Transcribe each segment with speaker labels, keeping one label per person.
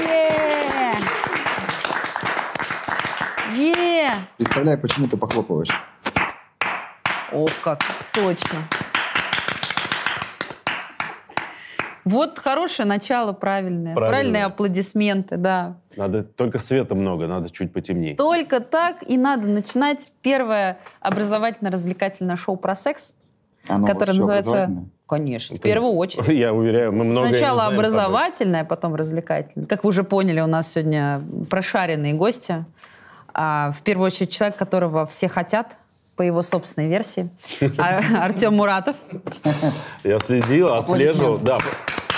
Speaker 1: Е! Е!
Speaker 2: Представляю, почему ты похлопываешь.
Speaker 3: О, как сочно.
Speaker 1: Вот хорошее начало правильное.
Speaker 4: Правильное.
Speaker 1: Правильные аплодисменты, да.
Speaker 4: Надо только света много, надо чуть потемнее.
Speaker 1: Только так и надо начинать первое образовательно-развлекательное шоу про секс.
Speaker 2: Оно
Speaker 1: Которое
Speaker 2: вообще
Speaker 1: называется-
Speaker 2: Ну, образовательное?
Speaker 1: Конечно, в
Speaker 4: Это-
Speaker 1: первую очередь.
Speaker 4: Я уверяю, мы много
Speaker 1: Сначала образовательное, потом развлекательное. Как вы уже поняли, у нас сегодня прошаренные гости. А, в первую очередь человек, которого все хотят, по его собственной версии. А, Артем Муратов.
Speaker 4: Я следил,
Speaker 2: А
Speaker 4: отслеживал, да.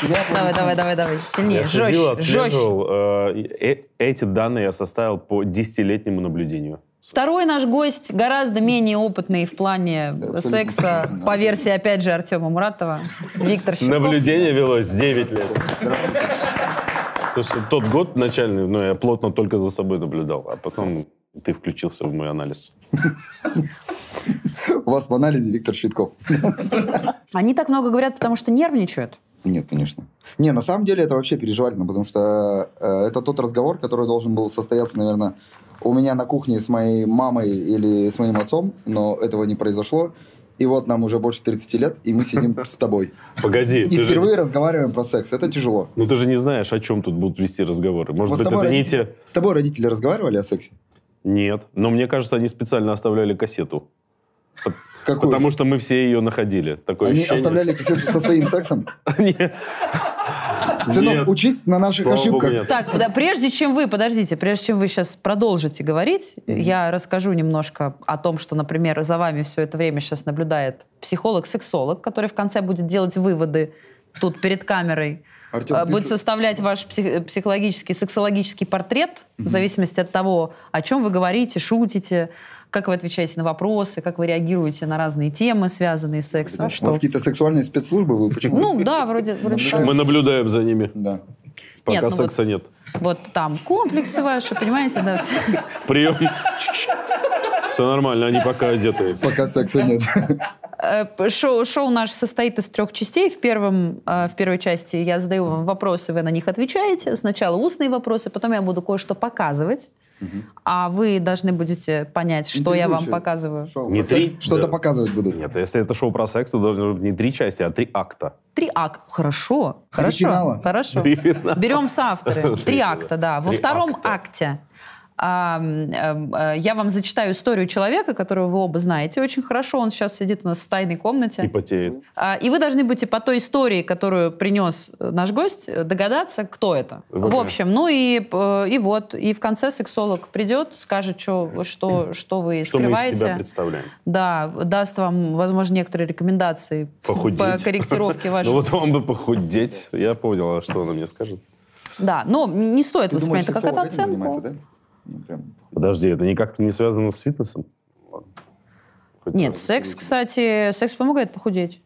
Speaker 2: Тебя
Speaker 1: Давай,
Speaker 2: аплодисменты.
Speaker 1: давай, давай, давай. Сильнее.
Speaker 4: я следил,
Speaker 1: Жестче, жестче.
Speaker 4: отслеживал. э, э, эти данные я составил по десятилетнему наблюдению.
Speaker 1: Второй наш гость гораздо менее опытный в плане
Speaker 2: Абсолютно.
Speaker 1: секса, по версии, опять же, Артема Муратова, Виктор Щуков.
Speaker 4: Наблюдение велось 9 лет. Потому что тот год начальный, ну, я плотно только за собой наблюдал, а потом ты включился в мой анализ.
Speaker 2: У вас в анализе Виктор Шитков.
Speaker 1: Они так много говорят, потому что нервничают.
Speaker 2: Нет, конечно. Не, на самом деле это вообще переживательно, потому что э, это тот разговор, который должен был состояться, наверное, у меня на кухне с моей мамой или с моим отцом, но этого не произошло. И вот нам уже больше 30 лет, и мы сидим с тобой.
Speaker 4: Погоди,
Speaker 2: И
Speaker 4: ты же,
Speaker 2: впервые разговариваем про секс. Это тяжело.
Speaker 4: ну ты же не знаешь, о чем тут будут вести разговоры. Может
Speaker 2: Вот
Speaker 4: быть, это не
Speaker 2: родители-
Speaker 4: те...
Speaker 2: с тобой родители разговаривали о сексе?
Speaker 4: Нет, но мне кажется, они специально оставляли кассету.
Speaker 2: Какую?
Speaker 4: Потому что мы все ее находили. Такое
Speaker 2: Они
Speaker 4: ощущение.
Speaker 2: оставляли кассету со своим сексом?
Speaker 4: Нет.
Speaker 2: Сынок,
Speaker 4: Нет.
Speaker 2: учись на наших
Speaker 4: Слава богу,
Speaker 2: ошибках.
Speaker 4: нет.
Speaker 1: Так, да, прежде чем вы, подождите, прежде чем вы сейчас продолжите говорить, я расскажу немножко о том, что, например, за вами все это время сейчас наблюдает психолог-сексолог, который в конце будет делать выводы тут перед камерой,
Speaker 2: Артём,
Speaker 1: а,
Speaker 2: ты
Speaker 1: будет
Speaker 2: с-
Speaker 1: составлять ваш псих- э, психологический, сексологический портрет, в зависимости от того, о чем вы говорите, шутите, как вы отвечаете на вопросы, как вы реагируете на разные темы, связанные с сексом.
Speaker 2: У вас
Speaker 1: Что?
Speaker 2: какие-то сексуальные спецслужбы? Вы почему?
Speaker 1: Ну да, вроде, вроде так.
Speaker 4: Мы наблюдаем за ними,
Speaker 2: Да.
Speaker 4: пока
Speaker 1: ну вот-
Speaker 4: секса нет.
Speaker 1: Вот там комплексы ваши, понимаете, да, все.
Speaker 4: Прием. Все нормально, они пока одеты.
Speaker 2: Пока секса нет.
Speaker 1: Э, Шоу, шоу наше состоит из трех частей. В, первом, э, в первой части я задаю вам вопросы, вы на них отвечаете. Сначала устные вопросы, потом я буду кое-что показывать. А вы должны будете понять, что я вам
Speaker 2: Интригующее
Speaker 1: показываю.
Speaker 2: шоу
Speaker 4: Не
Speaker 2: про секс.
Speaker 4: три,
Speaker 2: Что-то
Speaker 4: да.
Speaker 2: показывать будут.
Speaker 4: Нет, если это шоу про секс, то должно быть не три части, а три акта.
Speaker 1: Три акта. Хорошо.
Speaker 2: Оригинала.
Speaker 1: Хорошо. Хорошо.
Speaker 4: Три финала.
Speaker 1: Берем с авторы. Три акта, да. Во
Speaker 4: Три
Speaker 1: втором
Speaker 4: акта.
Speaker 1: акте а, м, эм, э, я вам зачитаю историю человека, которого вы оба знаете очень хорошо. Он сейчас сидит у нас в тайной комнате.
Speaker 4: И потеет.
Speaker 1: А, И вы должны будете по той истории, которую принес э, наш гость, э, догадаться, кто это.
Speaker 4: Вот
Speaker 1: В
Speaker 4: я.
Speaker 1: общем, ну и, э, и вот, и в конце сексолог придет, скажет, чё- что, что вы
Speaker 4: Что мы
Speaker 1: скрываете.
Speaker 4: из себя представляем?
Speaker 1: да, даст вам, возможно, некоторые рекомендации
Speaker 4: Похудеть.
Speaker 1: по корректировке вашей.
Speaker 4: Ну вот вам бы похудеть. Я понял, а что она мне скажет.
Speaker 1: Да, но не стоит
Speaker 2: Ты думаешь,
Speaker 1: воспринимать это как
Speaker 2: сексолог этим занимается,
Speaker 1: оценку.
Speaker 2: да? Ну, прям.
Speaker 4: Подожди, это никак не связано с фитнесом? Ладно. Хоть
Speaker 1: Нет,
Speaker 4: раз.
Speaker 1: секс, кстати, секс помогает похудеть.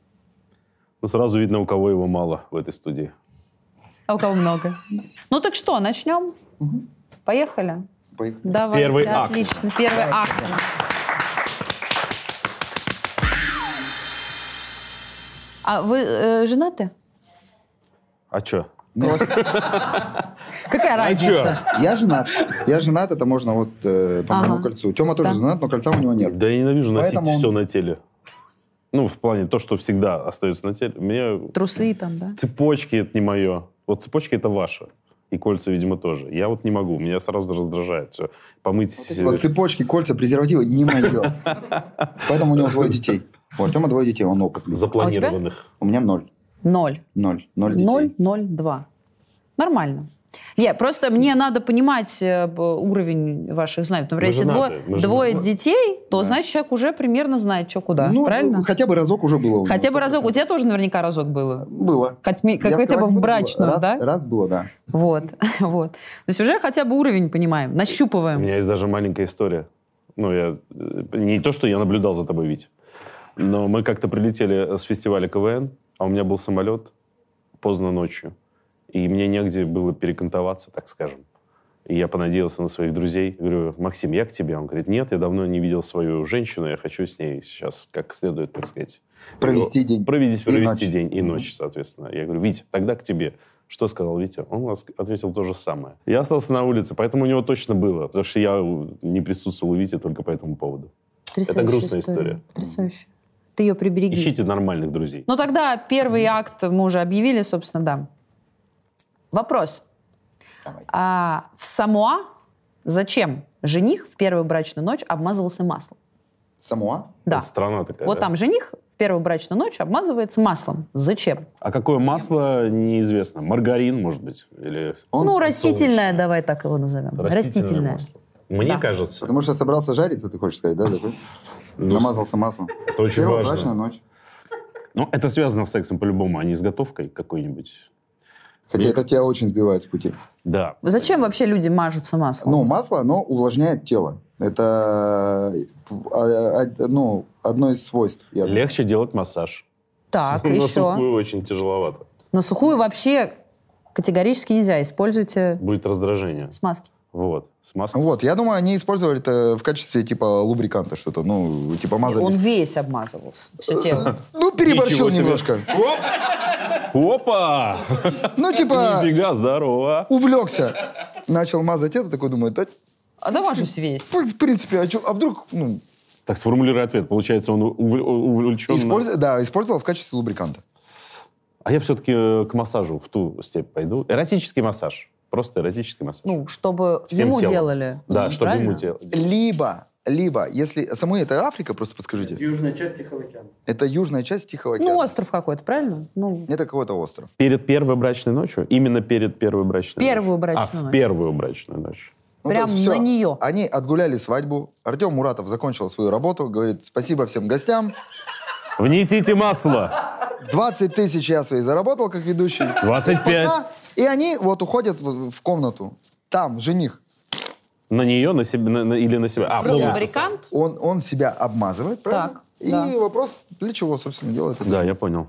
Speaker 4: Ну сразу видно, у кого его мало в этой студии.
Speaker 1: А у кого много. Ну так что, начнем? Поехали.
Speaker 2: Поехали.
Speaker 1: Давайте,
Speaker 4: Первый акт.
Speaker 1: отлично. Первый акт. А вы э, женаты?
Speaker 4: А что? Ну
Speaker 1: Какая разница?
Speaker 2: Я женат. Я женат, это можно вот э, по моему
Speaker 1: Ага.
Speaker 2: кольцу. Тема тоже
Speaker 1: Да.
Speaker 2: женат, но кольца у него нет.
Speaker 4: Да я ненавижу носить
Speaker 2: Поэтому он-
Speaker 4: все на теле. Ну, в плане то, что всегда остается на теле. Мне
Speaker 1: Трусы там, да?
Speaker 4: цепочки это не мое. Вот цепочки это ваше. И кольца, видимо, тоже. Я вот не могу, меня сразу раздражает все. Помыть... э,
Speaker 2: Вот цепочки, кольца, презервативы не мое. Поэтому у него двое детей. У Артема двое детей, он опытный.
Speaker 4: запланированных.
Speaker 2: У меня ноль.
Speaker 1: Ноль.
Speaker 2: Ноль. Ноль детей.
Speaker 1: Ноль, ноль, два. Нормально. Я просто мне надо понимать э, б- уровень ваших знаний. Например,
Speaker 4: Мы
Speaker 1: если
Speaker 4: женаты,
Speaker 1: двое,
Speaker 4: мы
Speaker 1: двое
Speaker 4: женаты.
Speaker 1: детей, то
Speaker 2: Да.
Speaker 1: значит человек уже примерно знает, что куда.
Speaker 2: Ну,
Speaker 1: Правильно?
Speaker 2: хотя бы разок уже было. у него,
Speaker 1: Хотя бы
Speaker 2: 100%.
Speaker 1: разок. У тебя тоже наверняка разок было.
Speaker 2: Было.
Speaker 1: Хоть ми- Как
Speaker 2: Я
Speaker 1: хотя бы
Speaker 2: скрывать не
Speaker 1: в
Speaker 2: буду,
Speaker 1: брачную,
Speaker 2: раз-
Speaker 1: да?
Speaker 2: Раз было, да.
Speaker 1: Вот, вот. То есть уже хотя бы уровень понимаем,
Speaker 4: У
Speaker 1: нащупываем.
Speaker 4: меня есть даже маленькая история. Ну, я... э, Не то, что я наблюдал за тобой, Вить. Но мы как-то прилетели с фестиваля КВН, а у меня был самолет поздно ночью. И мне негде было перекантоваться, так скажем. И я понадеялся на своих друзей. Говорю, Максим, я к тебе. Он говорит, нет, я давно не видел свою женщину, я хочу с ней сейчас как следует, так сказать.
Speaker 2: Провести
Speaker 4: Говорю,
Speaker 2: день.
Speaker 4: Провести,
Speaker 2: И
Speaker 4: провести
Speaker 2: ночь.
Speaker 4: день и
Speaker 2: Мгм.
Speaker 4: ночь, соответственно. Я говорю, Витя, тогда к тебе. Что сказал Витя? Он нас- ответил то же самое. Я остался на улице, поэтому у него точно было, потому что я у- не присутствовал у Вити только по этому поводу.
Speaker 1: Потрясающая
Speaker 4: грустная история.
Speaker 1: Потрясающе. Ты ее прибереги.
Speaker 4: Ищите нормальных друзей.
Speaker 1: Ну тогда первый акт мы уже объявили, собственно, да. Вопрос.
Speaker 2: Давай.
Speaker 1: А в Самуа зачем жених в первую брачную ночь обмазывался маслом?
Speaker 2: Самуа?
Speaker 1: Да.
Speaker 4: Это страна такая.
Speaker 1: Вот
Speaker 4: да?
Speaker 1: там жених в первую брачную ночь обмазывается маслом. Зачем?
Speaker 4: А какое масло, неизвестно. Маргарин, может быть? Или
Speaker 2: Он-
Speaker 1: ну, растительное,
Speaker 4: солнечное.
Speaker 1: давай так его назовем. Растительное.
Speaker 4: масло. Мне
Speaker 1: Да.
Speaker 4: кажется,
Speaker 2: Потому что собрался жариться, ты хочешь сказать, да? такой?
Speaker 4: Ну,
Speaker 2: Намазался маслом.
Speaker 4: это очень
Speaker 2: Первая
Speaker 4: важно.
Speaker 2: брачная ночь.
Speaker 4: Ну, это связано с сексом по-любому, а не с готовкой какой-нибудь.
Speaker 2: Хотя это тебя очень сбивает с пути.
Speaker 4: Да.
Speaker 1: Зачем вообще люди мажутся маслом?
Speaker 2: Ну, масло, оно увлажняет тело. Это а, а, ну, одно из свойств. я думаю.
Speaker 4: Легче делать массаж.
Speaker 1: так,
Speaker 4: На
Speaker 1: и что?
Speaker 4: сухую очень тяжеловато.
Speaker 1: На сухую вообще категорически нельзя. Используйте
Speaker 4: Будет раздражение.
Speaker 1: смазки.
Speaker 4: Вот. Смазка.
Speaker 2: Вот, я думаю, они использовали это в качестве типа лубриканта что-то. Ну, типа мазали.
Speaker 1: Он весь обмазывался. Все тело.
Speaker 2: Ну, переборщил
Speaker 4: Ничего себе.
Speaker 2: немножко.
Speaker 4: Опа!
Speaker 2: Ну, типа,
Speaker 4: Нифига, здорово.
Speaker 2: увлекся. Начал мазать это, такой думаю, да,
Speaker 1: А давай же все весь.
Speaker 2: в принципе, а, чё- а вдруг, ну,
Speaker 4: Так, сформулируй ответ. Получается, он увл- увлечен...
Speaker 2: использ- да, использовал в качестве лубриканта.
Speaker 4: А я все-таки э, к массажу в ту степь пойду. Эротический массаж. Просто эротический массаж.
Speaker 1: Ну, чтобы
Speaker 4: Всем
Speaker 1: ему
Speaker 4: телом.
Speaker 1: делали.
Speaker 4: да,
Speaker 1: Ну,
Speaker 4: чтобы
Speaker 1: правильно?
Speaker 4: ему делать.
Speaker 2: Либо, либо, если... Самой это Африка, просто подскажите.
Speaker 5: Южная часть Тихого океана.
Speaker 2: Это южная часть Тихого
Speaker 1: Ну,
Speaker 2: океана.
Speaker 1: остров какой-то, правильно? Ну,
Speaker 2: Это какой-то остров.
Speaker 4: Перед первой брачной ночью? Именно перед первой брачной
Speaker 1: Первую
Speaker 4: ночью.
Speaker 1: брачную
Speaker 4: а,
Speaker 1: ночь.
Speaker 4: в первую брачную ночь.
Speaker 2: Ну,
Speaker 1: Прям
Speaker 2: то есть всё.
Speaker 1: на неё.
Speaker 2: Они отгуляли свадьбу. Артем Муратов закончил свою работу, говорит, спасибо всем гостям.
Speaker 4: Внесите масло.
Speaker 2: 20 тысяч я свои заработал как ведущий.
Speaker 4: 25.
Speaker 2: Пока. И они вот уходят в, в комнату. Там жених.
Speaker 4: На нее, на себя на- на- или на себя? А, полностью сам.
Speaker 1: фабрикант.
Speaker 2: Он, он себя обмазывает, правильно?
Speaker 1: Так,
Speaker 2: И
Speaker 1: да.
Speaker 2: вопрос, для чего, собственно, делает это?
Speaker 4: Да, я понял.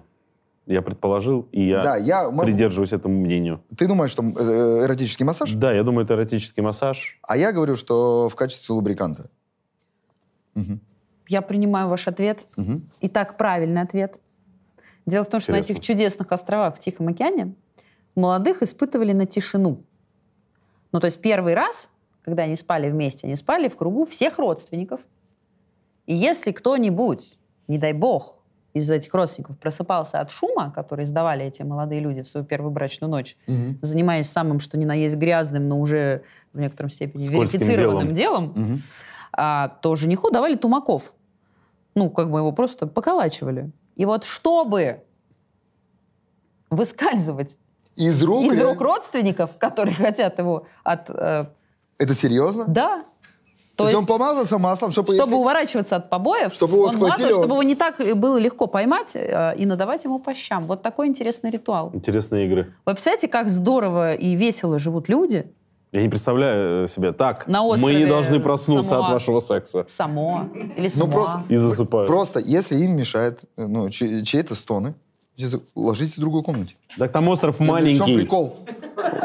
Speaker 4: Я предположил, и я,
Speaker 2: Да, я могу-
Speaker 4: придерживаюсь этому мнению.
Speaker 2: Ты думаешь, что э, эротический массаж?
Speaker 4: Да, я думаю, это эротический массаж.
Speaker 2: А я говорю, что в качестве лубриканта.
Speaker 1: Я принимаю ваш ответ.
Speaker 2: Мгм.
Speaker 1: И так правильный ответ. Дело в том, что
Speaker 4: Интересно.
Speaker 1: на этих чудесных островах в Тихом океане молодых испытывали на тишину. Ну, то есть первый раз, когда они спали вместе, они спали в кругу всех родственников. И если кто-нибудь, не дай бог, из этих родственников просыпался от шума, который издавали эти молодые люди в свою первую брачную ночь,
Speaker 2: Мгм.
Speaker 1: занимаясь самым, что ни на есть грязным, но уже в некотором степени
Speaker 4: Скользким
Speaker 1: верифицированным делом,
Speaker 2: Мгм.
Speaker 1: а, то жениху давали тумаков. Ну, как бы его просто поколачивали. И вот чтобы выскальзывать
Speaker 2: Из рук?
Speaker 1: из рук
Speaker 2: реально?
Speaker 1: родственников, которые хотят его от... э,
Speaker 2: Это серьезно?
Speaker 1: да. То
Speaker 2: То есть он
Speaker 1: есть,
Speaker 2: помазался маслом, чтобы...
Speaker 1: чтобы
Speaker 2: если-
Speaker 1: уворачиваться от побоев,
Speaker 2: Чтобы его
Speaker 1: он мазал,
Speaker 2: схватили, он-
Speaker 1: чтобы его не так было легко поймать э, и надавать ему по щам. Вот такой интересный ритуал.
Speaker 4: Интересные игры.
Speaker 1: Вы представляете, как здорово и весело живут люди?
Speaker 4: Я не представляю э, себе. Так,
Speaker 1: На
Speaker 4: мы
Speaker 1: острове
Speaker 4: не должны проснуться
Speaker 1: Самоа.
Speaker 4: от вашего секса.
Speaker 1: Само или
Speaker 2: Ну,
Speaker 1: само.
Speaker 2: просто,
Speaker 4: И засыпаю.
Speaker 2: просто, если им мешает э, ну, чь- чьи-то стоны, если- ложитесь в другой комнате.
Speaker 4: Так там остров
Speaker 2: В чем
Speaker 4: маленький.
Speaker 2: прикол?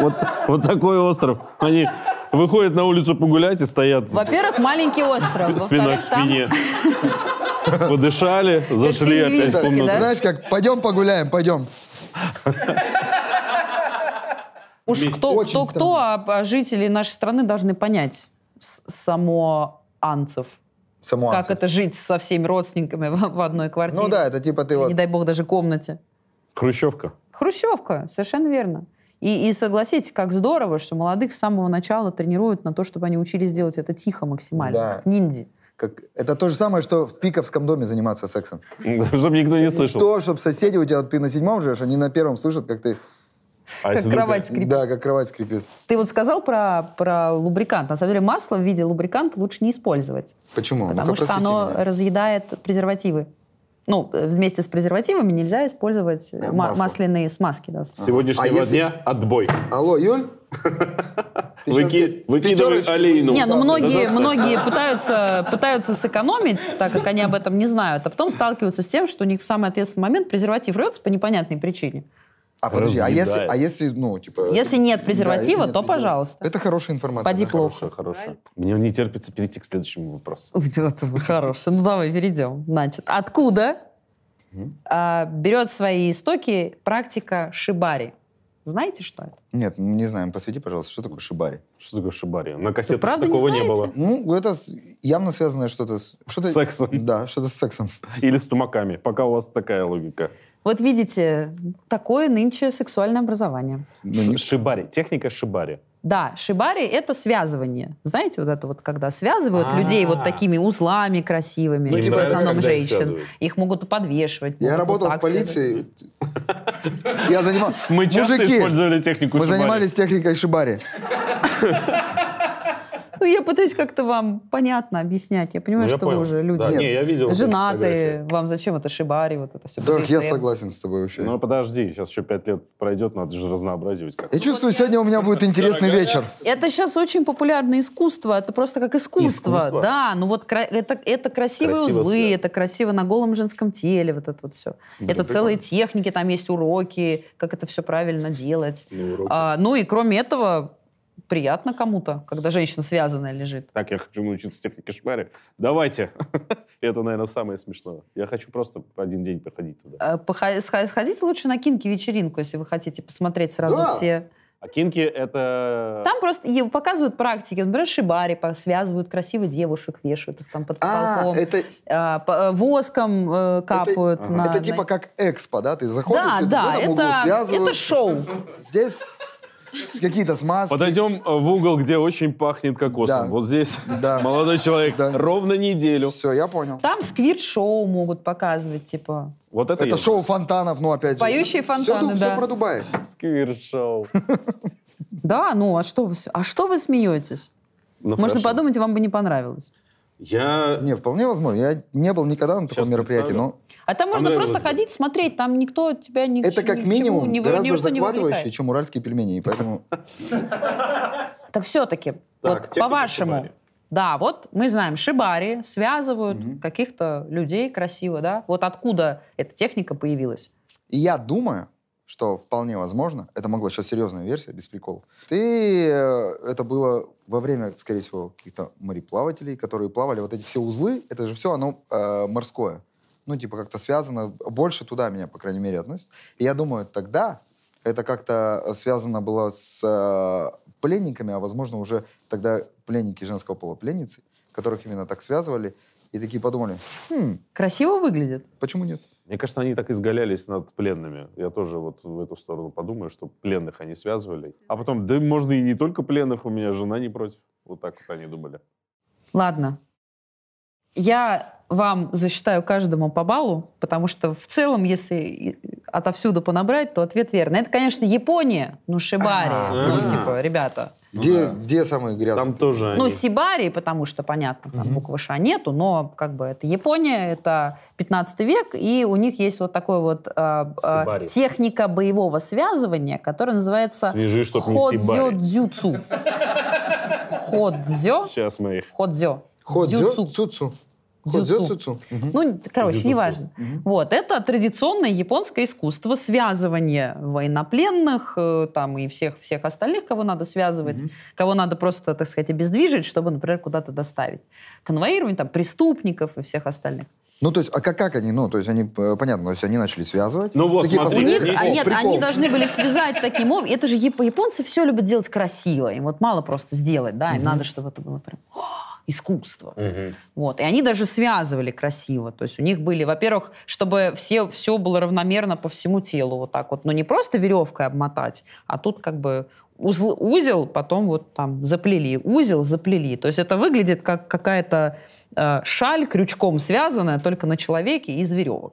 Speaker 4: Вот, вот такой остров. Они выходят на улицу погулять и стоят
Speaker 1: Во-первых, маленький остров.
Speaker 4: спина к
Speaker 1: Во-вторых, там
Speaker 4: спине. Подышали, зашли опять в
Speaker 1: пингвинчики,
Speaker 4: комнату.
Speaker 1: да?
Speaker 2: Знаешь, как, пойдем погуляем, пойдем.
Speaker 1: Уж
Speaker 4: Вместе.
Speaker 1: кто,
Speaker 2: Очень
Speaker 1: кто, кто,
Speaker 2: странно.
Speaker 1: а, а жители нашей страны должны понять с- самоанцев,
Speaker 2: Самуанцы.
Speaker 1: как это жить со всеми родственниками в, в одной квартире.
Speaker 2: Ну да, это типа ты вот...
Speaker 1: Не дай бог даже комнате.
Speaker 4: Хрущевка.
Speaker 1: Хрущевка, совершенно верно. И, и согласитесь, как здорово, что молодых с самого начала тренируют на то, чтобы они учились делать это тихо максимально,
Speaker 2: Да.
Speaker 1: как ниндзя.
Speaker 2: Как, это то же самое, что в пиковском доме заниматься сексом.
Speaker 4: Чтобы никто не слышал.
Speaker 2: То, чтобы соседи у тебя, ты на седьмом живешь, они на первом слышат, как ты...
Speaker 4: А
Speaker 1: Как
Speaker 4: если вдруг-
Speaker 1: кровать скрипит.
Speaker 2: Да, как кровать скрипит.
Speaker 1: Ты вот сказал про, про лубрикант. На самом деле масло в виде лубриканта лучше не использовать.
Speaker 2: Почему? Ну,
Speaker 1: Потому что оно разъедает презервативы. Ну, э, вместе с презервативами нельзя использовать э, ма-
Speaker 2: масло.
Speaker 1: масляные смазки. Да.
Speaker 4: С
Speaker 1: с-
Speaker 4: сегодняшнего
Speaker 2: А если-
Speaker 4: дня отбой.
Speaker 2: Алло, Юль? Ты щас
Speaker 4: Выки-
Speaker 2: в
Speaker 4: Выкидывай
Speaker 2: пятерочку?
Speaker 4: олейну.
Speaker 1: Не, ну
Speaker 2: да,
Speaker 1: многие, многие пытаются, пытаются сэкономить, так как они об этом не знают, а потом сталкиваются с тем, что у них в самый ответственный момент презерватив рвется по непонятной причине.
Speaker 2: А подожди, а если,
Speaker 4: Разъедает.
Speaker 2: а если, ну, типа...
Speaker 1: Если нет
Speaker 2: Да,
Speaker 1: презерватива,
Speaker 2: если
Speaker 1: то
Speaker 2: презерва-
Speaker 1: пожалуйста.
Speaker 2: Это хорошая информация.
Speaker 1: Поди
Speaker 2: да.
Speaker 1: к лоу.
Speaker 4: Хорошая, хорошая. Мне не терпится перейти к следующему вопросу.
Speaker 1: Ой, вот вы хороший. Ну давай перейдем. Значит, откуда а, берет свои истоки практика шибари? Знаете, что это?
Speaker 2: Нет, не знаем. Посвяти, пожалуйста, что такое шибари?
Speaker 4: Что такое шибари? На кассетах
Speaker 1: правда не
Speaker 4: такого не,
Speaker 1: знаете?
Speaker 4: было.
Speaker 2: Ну, это с- явно связанное что-то с... Что-то...
Speaker 4: С сексом.
Speaker 2: Да, что-то с сексом.
Speaker 4: Или с тумаками. Пока у вас такая логика.
Speaker 1: Вот видите, такое нынче сексуальное образование.
Speaker 2: Ну,
Speaker 4: Ш-
Speaker 2: не-
Speaker 4: Шибари. Техника шибари.
Speaker 1: Да, шибари — это связывание. Знаете, вот это вот, когда связывают
Speaker 4: А.
Speaker 1: людей вот такими узлами красивыми, типа,
Speaker 4: Мне не
Speaker 1: в
Speaker 4: нравится,
Speaker 1: основном
Speaker 4: когда их
Speaker 1: женщин.
Speaker 4: связывают.
Speaker 1: Их могут подвешивать.
Speaker 2: Я
Speaker 1: могут вот
Speaker 2: работал в
Speaker 1: так
Speaker 2: полиции. Я занимал...
Speaker 4: Мы часто
Speaker 2: Мужики,
Speaker 4: использовали технику
Speaker 2: мы
Speaker 4: шибари.
Speaker 2: занимались техникой шибари.
Speaker 1: связывать. Ну, я пытаюсь как-то вам понятно объяснять. Я
Speaker 4: Ну,
Speaker 1: понимаю,
Speaker 4: я
Speaker 1: что
Speaker 4: понял.
Speaker 1: вы уже люди
Speaker 4: Да, не, я видел эти
Speaker 1: женатые.
Speaker 4: фотографии.
Speaker 1: Вам зачем это шибари, вот это все?
Speaker 2: Так, я согласен с тобой вообще.
Speaker 4: Ну подожди, сейчас еще пять лет пройдет, надо же разнообразивать как-то.
Speaker 2: Я чувствую, сегодня у меня будет интересный вечер.
Speaker 1: Это сейчас очень популярное искусство. Это просто как искусство.
Speaker 4: Искусство?
Speaker 1: Да, ну вот кра- это, это красивые
Speaker 4: Красиво
Speaker 1: узлы,
Speaker 4: связано.
Speaker 1: это красиво на голом женском теле, вот это вот все.
Speaker 2: Ну,
Speaker 1: это целые техники, там есть уроки, как это все правильно делать.
Speaker 4: Ну, уроки.
Speaker 1: А, ну и кроме этого, приятно кому-то, когда женщина связанная лежит.
Speaker 4: Так, я хочу научиться технике шибари. Давайте. Это, наверное, самое смешное. Я хочу просто один день походить туда.
Speaker 1: Э, поха- сха- Сходите лучше на кинки вечеринку, если вы хотите посмотреть сразу
Speaker 2: Да.
Speaker 1: все.
Speaker 4: А кинки это...
Speaker 1: Там просто е- показывают практики. Например, шибари по- связывают красивых девушек, вешают их там под
Speaker 2: А,
Speaker 1: потолком.
Speaker 2: это,
Speaker 1: а, п- э, воском э, капают.
Speaker 4: ага.
Speaker 1: на,
Speaker 2: это
Speaker 1: на-
Speaker 2: типа как экспо, да? Ты заходишь,
Speaker 1: Да,
Speaker 2: и ты в
Speaker 1: да,
Speaker 2: этом углу
Speaker 1: это,
Speaker 2: связывают.
Speaker 1: это шоу.
Speaker 2: Здесь какие-то смазки.
Speaker 4: Подойдем э, в угол, где очень пахнет кокосом.
Speaker 2: Да.
Speaker 4: Вот здесь
Speaker 2: Да.
Speaker 4: молодой человек
Speaker 2: Да.
Speaker 4: ровно неделю.
Speaker 2: Все, я понял.
Speaker 1: Там сквирт-шоу могут показывать, типа.
Speaker 4: Вот это,
Speaker 2: Это
Speaker 4: есть.
Speaker 2: шоу фонтанов, ну опять же.
Speaker 1: Поющие фонтаны,
Speaker 2: все,
Speaker 1: да.
Speaker 2: Все про Дубай.
Speaker 4: Сквирт-шоу.
Speaker 1: Да, ну а что вы, с- а что вы смеетесь?
Speaker 4: Ну,
Speaker 1: Можно
Speaker 4: хорошо.
Speaker 1: подумать, вам бы не понравилось.
Speaker 4: Я...
Speaker 2: Не, вполне возможно. Я не был никогда на таком
Speaker 4: Сейчас
Speaker 2: мероприятии, но
Speaker 1: А там можно
Speaker 4: Понравилось
Speaker 1: просто
Speaker 4: бы.
Speaker 1: ходить, смотреть, там никто тебя ни, к
Speaker 2: это
Speaker 1: чему-
Speaker 2: как
Speaker 1: ни к чему
Speaker 2: минимум
Speaker 1: не вы- ни
Speaker 2: гораздо
Speaker 1: во что не
Speaker 2: захватывающее,
Speaker 1: вовлекает.
Speaker 2: чем уральские пельмени. И поэтому
Speaker 1: Так все-таки,
Speaker 4: Так,
Speaker 1: вот
Speaker 4: техника
Speaker 1: по-вашему,
Speaker 4: шибари.
Speaker 1: да, вот мы знаем, шибари связывают каких-то людей красиво, да? Вот откуда эта техника появилась?
Speaker 2: И я думаю, что вполне возможно, это могла сейчас серьезная версия, без приколов. Ты, э, это было во время, скорее всего, каких-то мореплавателей, которые плавали. Вот эти все узлы, это же все оно э, морское. Ну, типа, как-то связано, больше туда меня, по крайней мере, относят. И я думаю, тогда это как-то связано было с э, пленниками, а, возможно, уже тогда пленники женского пола, пленницы, которых именно так связывали, и такие подумали, «Хм,
Speaker 1: Красиво выглядит?
Speaker 2: почему нет?
Speaker 4: Мне кажется, они так изгалялись над пленными. Я тоже вот в эту сторону подумаю, что пленных они связывали. А потом, да можно и не только пленных, у меня жена не против. Вот так вот они думали.
Speaker 1: Ладно. Я вам засчитаю каждому по баллу, потому что в целом, если и- отовсюду понабрать, то ответ верный. Это, конечно, Япония, ну, Шибари,
Speaker 2: А,
Speaker 1: ну,
Speaker 4: да.
Speaker 1: типа, ребята.
Speaker 2: Где,
Speaker 4: Ну да.
Speaker 2: где самые грязные?
Speaker 4: Там тоже они.
Speaker 1: Ну, Сибари, потому что, понятно, там
Speaker 2: Мгм.
Speaker 1: буквы Ш а нету, но как бы это Япония, это 15 век, и у них есть вот такой вот э, э,
Speaker 4: Сибари.
Speaker 1: техника боевого связывания, которая называется
Speaker 4: Свяжи, чтоб не сибари.
Speaker 1: ходзё-дзюцу. Ходзё,
Speaker 4: Сейчас мы их...
Speaker 1: ходзё,
Speaker 2: Ходзё
Speaker 1: дзюцу.
Speaker 2: цуцу.
Speaker 1: Дзюцу.
Speaker 2: Ходзё цуцу. Мгм.
Speaker 1: Ну, короче,
Speaker 4: Дзюдзюцу.
Speaker 1: неважно. Вот, это традиционное японское искусство связывания военнопленных э, там и всех, всех остальных, кого надо связывать, кого надо просто, так сказать, обездвижить, чтобы, например, куда-то доставить. Конвоирование там преступников и всех остальных.
Speaker 2: Ну, то есть, а как, как они? Ну, то есть, они, э, понятно, то есть, они начали связывать.
Speaker 4: Ну вот, смотри,
Speaker 1: У них,
Speaker 4: Здесь-
Speaker 1: а,
Speaker 2: «О,
Speaker 1: нет,
Speaker 2: прикол».
Speaker 1: они должны были связать таким образом. Это же яп- японцы все любят делать красиво. Им вот мало просто сделать, да, им надо, чтобы это было прям «О, искусство. Вот. И они даже связывали красиво. То есть у них были, во-первых, чтобы все, все было равномерно по всему телу вот так вот. Но не просто веревкой обмотать, а тут как бы узл- узел, потом вот там заплели, узел заплели. То есть это выглядит как какая-то э, шаль крючком связанная только на человеке из веревок.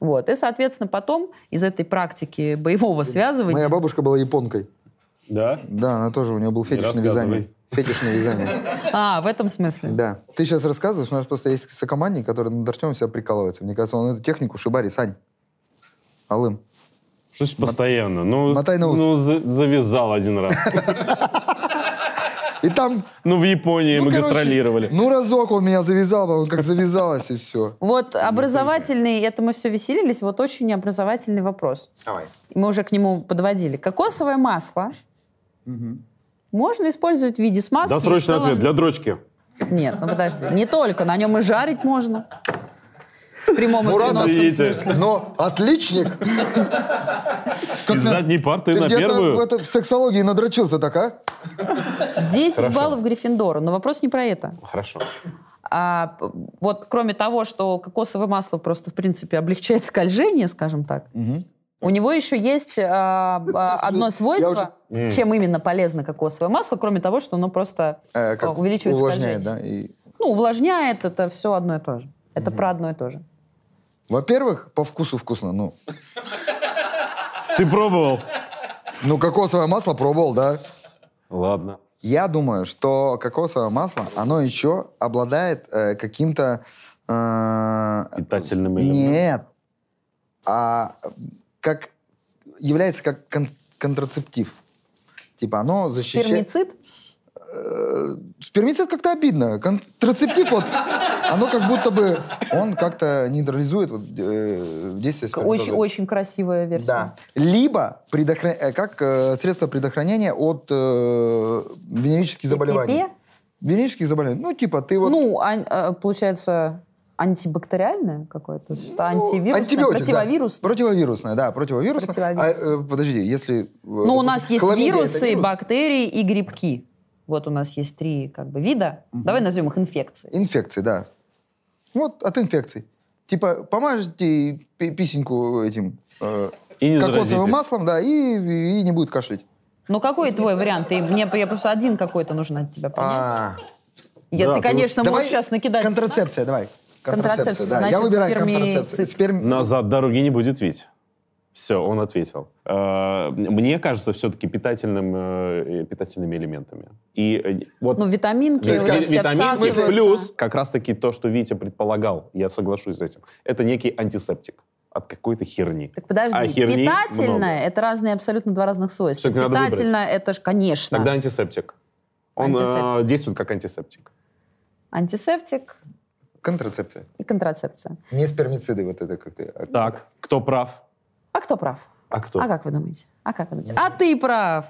Speaker 1: Вот. И, соответственно, потом из этой практики боевого связывания...
Speaker 2: Моя бабушка была японкой.
Speaker 4: Да?
Speaker 2: Да, она тоже, у нее был фетиш на
Speaker 4: рассказывай.
Speaker 2: вязание. Фетиш на вязание.
Speaker 1: А, в этом смысле.
Speaker 2: Да. Ты сейчас рассказываешь, у нас просто есть сокомандник, который над Артемом себя прикалывается. Мне кажется, он эту технику шибари, Сань. Алым.
Speaker 4: Что ж постоянно? Ну,
Speaker 2: Мотай на ус.
Speaker 4: ну, за- завязал один раз.
Speaker 2: И там...
Speaker 4: Ну, в Японии
Speaker 2: ну,
Speaker 4: мы
Speaker 2: короче,
Speaker 4: гастролировали.
Speaker 2: Ну, разок он меня завязал, он как завязалось, и все.
Speaker 1: Вот образовательный, это мы все веселились, вот очень образовательный вопрос.
Speaker 2: Давай.
Speaker 1: мы уже к нему подводили. Кокосовое масло можно использовать в виде смазки. и в
Speaker 4: Досрочный
Speaker 1: целом-
Speaker 4: ответ для дрочки.
Speaker 1: Нет, ну подожди, не только, на нем и жарить можно. В прямом и
Speaker 2: Мурат,
Speaker 1: переносном
Speaker 4: извините.
Speaker 1: смысле.
Speaker 2: Но отличник. Как
Speaker 4: Из
Speaker 2: на-
Speaker 4: задней парты
Speaker 2: Ты
Speaker 4: на
Speaker 2: где-то в,
Speaker 4: первую.
Speaker 2: это- в сексологии надрочился так, а?
Speaker 1: 10 баллов Гриффиндору, но вопрос не про это.
Speaker 4: Хорошо.
Speaker 1: А, п- вот кроме того, что кокосовое масло просто, в принципе, облегчает скольжение, скажем так, у него еще есть а, а, одно свойство,
Speaker 4: уже- М.
Speaker 1: чем именно полезно кокосовое масло, кроме того, что оно просто
Speaker 2: Э, как
Speaker 1: О, увеличивает
Speaker 2: увлажняет,
Speaker 1: скольжение.
Speaker 2: да. и-
Speaker 1: ну, увлажняет, это все одно и то же. Это про одно и то же.
Speaker 2: Во-первых, по вкусу вкусно. Ну,
Speaker 4: Ты пробовал?
Speaker 2: ну кокосовое масло пробовал, да?
Speaker 4: Ладно.
Speaker 2: Я думаю, что кокосовое масло, оно еще обладает э, каким-то... э,
Speaker 4: Питательным элементом.
Speaker 2: Нет. А как... Является как кон- контрацептив. Типа оно защищает...
Speaker 1: Спермицид?
Speaker 2: Э, Спермицид как-то обидно. Контрацептив вот... Оно как будто бы... Он как-то нейтрализует вот, э, действие
Speaker 1: К- Очень,
Speaker 2: сперматозоида.
Speaker 1: очень красивая версия.
Speaker 2: Да. Либо предохра- э, как э, средство предохранения от э, венерических заболеваний.
Speaker 1: ПП?
Speaker 2: Венерических заболеваний. Ну, типа, ты вот...
Speaker 1: Ну, ан- э, получается, антибактериальное какое-то, что антивирусное,
Speaker 2: Ну, антибиотик, да.
Speaker 1: противовирусное.
Speaker 2: Противовирусное, да, противовирусное.
Speaker 1: Противовирусное.
Speaker 2: А, э, подожди, если...
Speaker 1: Ну, у нас есть вирусы,
Speaker 2: и
Speaker 1: бактерии и грибки. Вот у нас есть три как бы вида. Давай назовем их инфекции.
Speaker 2: Инфекции, да. Вот от инфекций. Типа, помажете пи- писеньку этим э,
Speaker 4: И не
Speaker 2: кокосовым
Speaker 4: заразитесь.
Speaker 2: маслом, да, и, и не будет кашлять.
Speaker 1: Ну какой твой вариант? Ты, мне я просто один какой-то нужно от тебя понять.
Speaker 2: А,
Speaker 1: я,
Speaker 4: да,
Speaker 1: ты,
Speaker 4: ты
Speaker 1: конечно,
Speaker 2: давай
Speaker 1: можешь сейчас накидать.
Speaker 2: Контрацепция, давай.
Speaker 1: Контрацепция,
Speaker 2: да. Я
Speaker 1: значит,
Speaker 2: выбираю
Speaker 1: сперми-
Speaker 2: контрацепцию.
Speaker 1: цит.
Speaker 2: Сперм-
Speaker 4: Назад дороги не будет ведь. Все, он ответил. Э, Мне кажется, все-таки питательным, э, питательными элементами. И э, вот
Speaker 1: Ну, витаминки,
Speaker 2: То есть
Speaker 1: вот
Speaker 2: как
Speaker 1: эти все
Speaker 4: витамин
Speaker 1: всасываются.
Speaker 4: плюс как раз-таки то, что Витя предполагал, я соглашусь с этим, это некий антисептик от какой-то херни.
Speaker 1: Так подожди,
Speaker 4: А херни
Speaker 1: питательное
Speaker 4: много.
Speaker 1: это разные абсолютно два разных свойства.
Speaker 4: Всё-таки надо
Speaker 1: питательное это ж, конечно,
Speaker 4: Тогда антисептик. Он э,
Speaker 1: Антисептик.
Speaker 4: действует как антисептик.
Speaker 1: антисептик
Speaker 2: Контрацепция.
Speaker 1: и контрацепция.
Speaker 2: Не спермициды вот это как ты. а-
Speaker 4: Так, кто прав?
Speaker 1: А кто прав?
Speaker 4: А кто?
Speaker 1: А как вы думаете? А как вы думаете? А ты прав.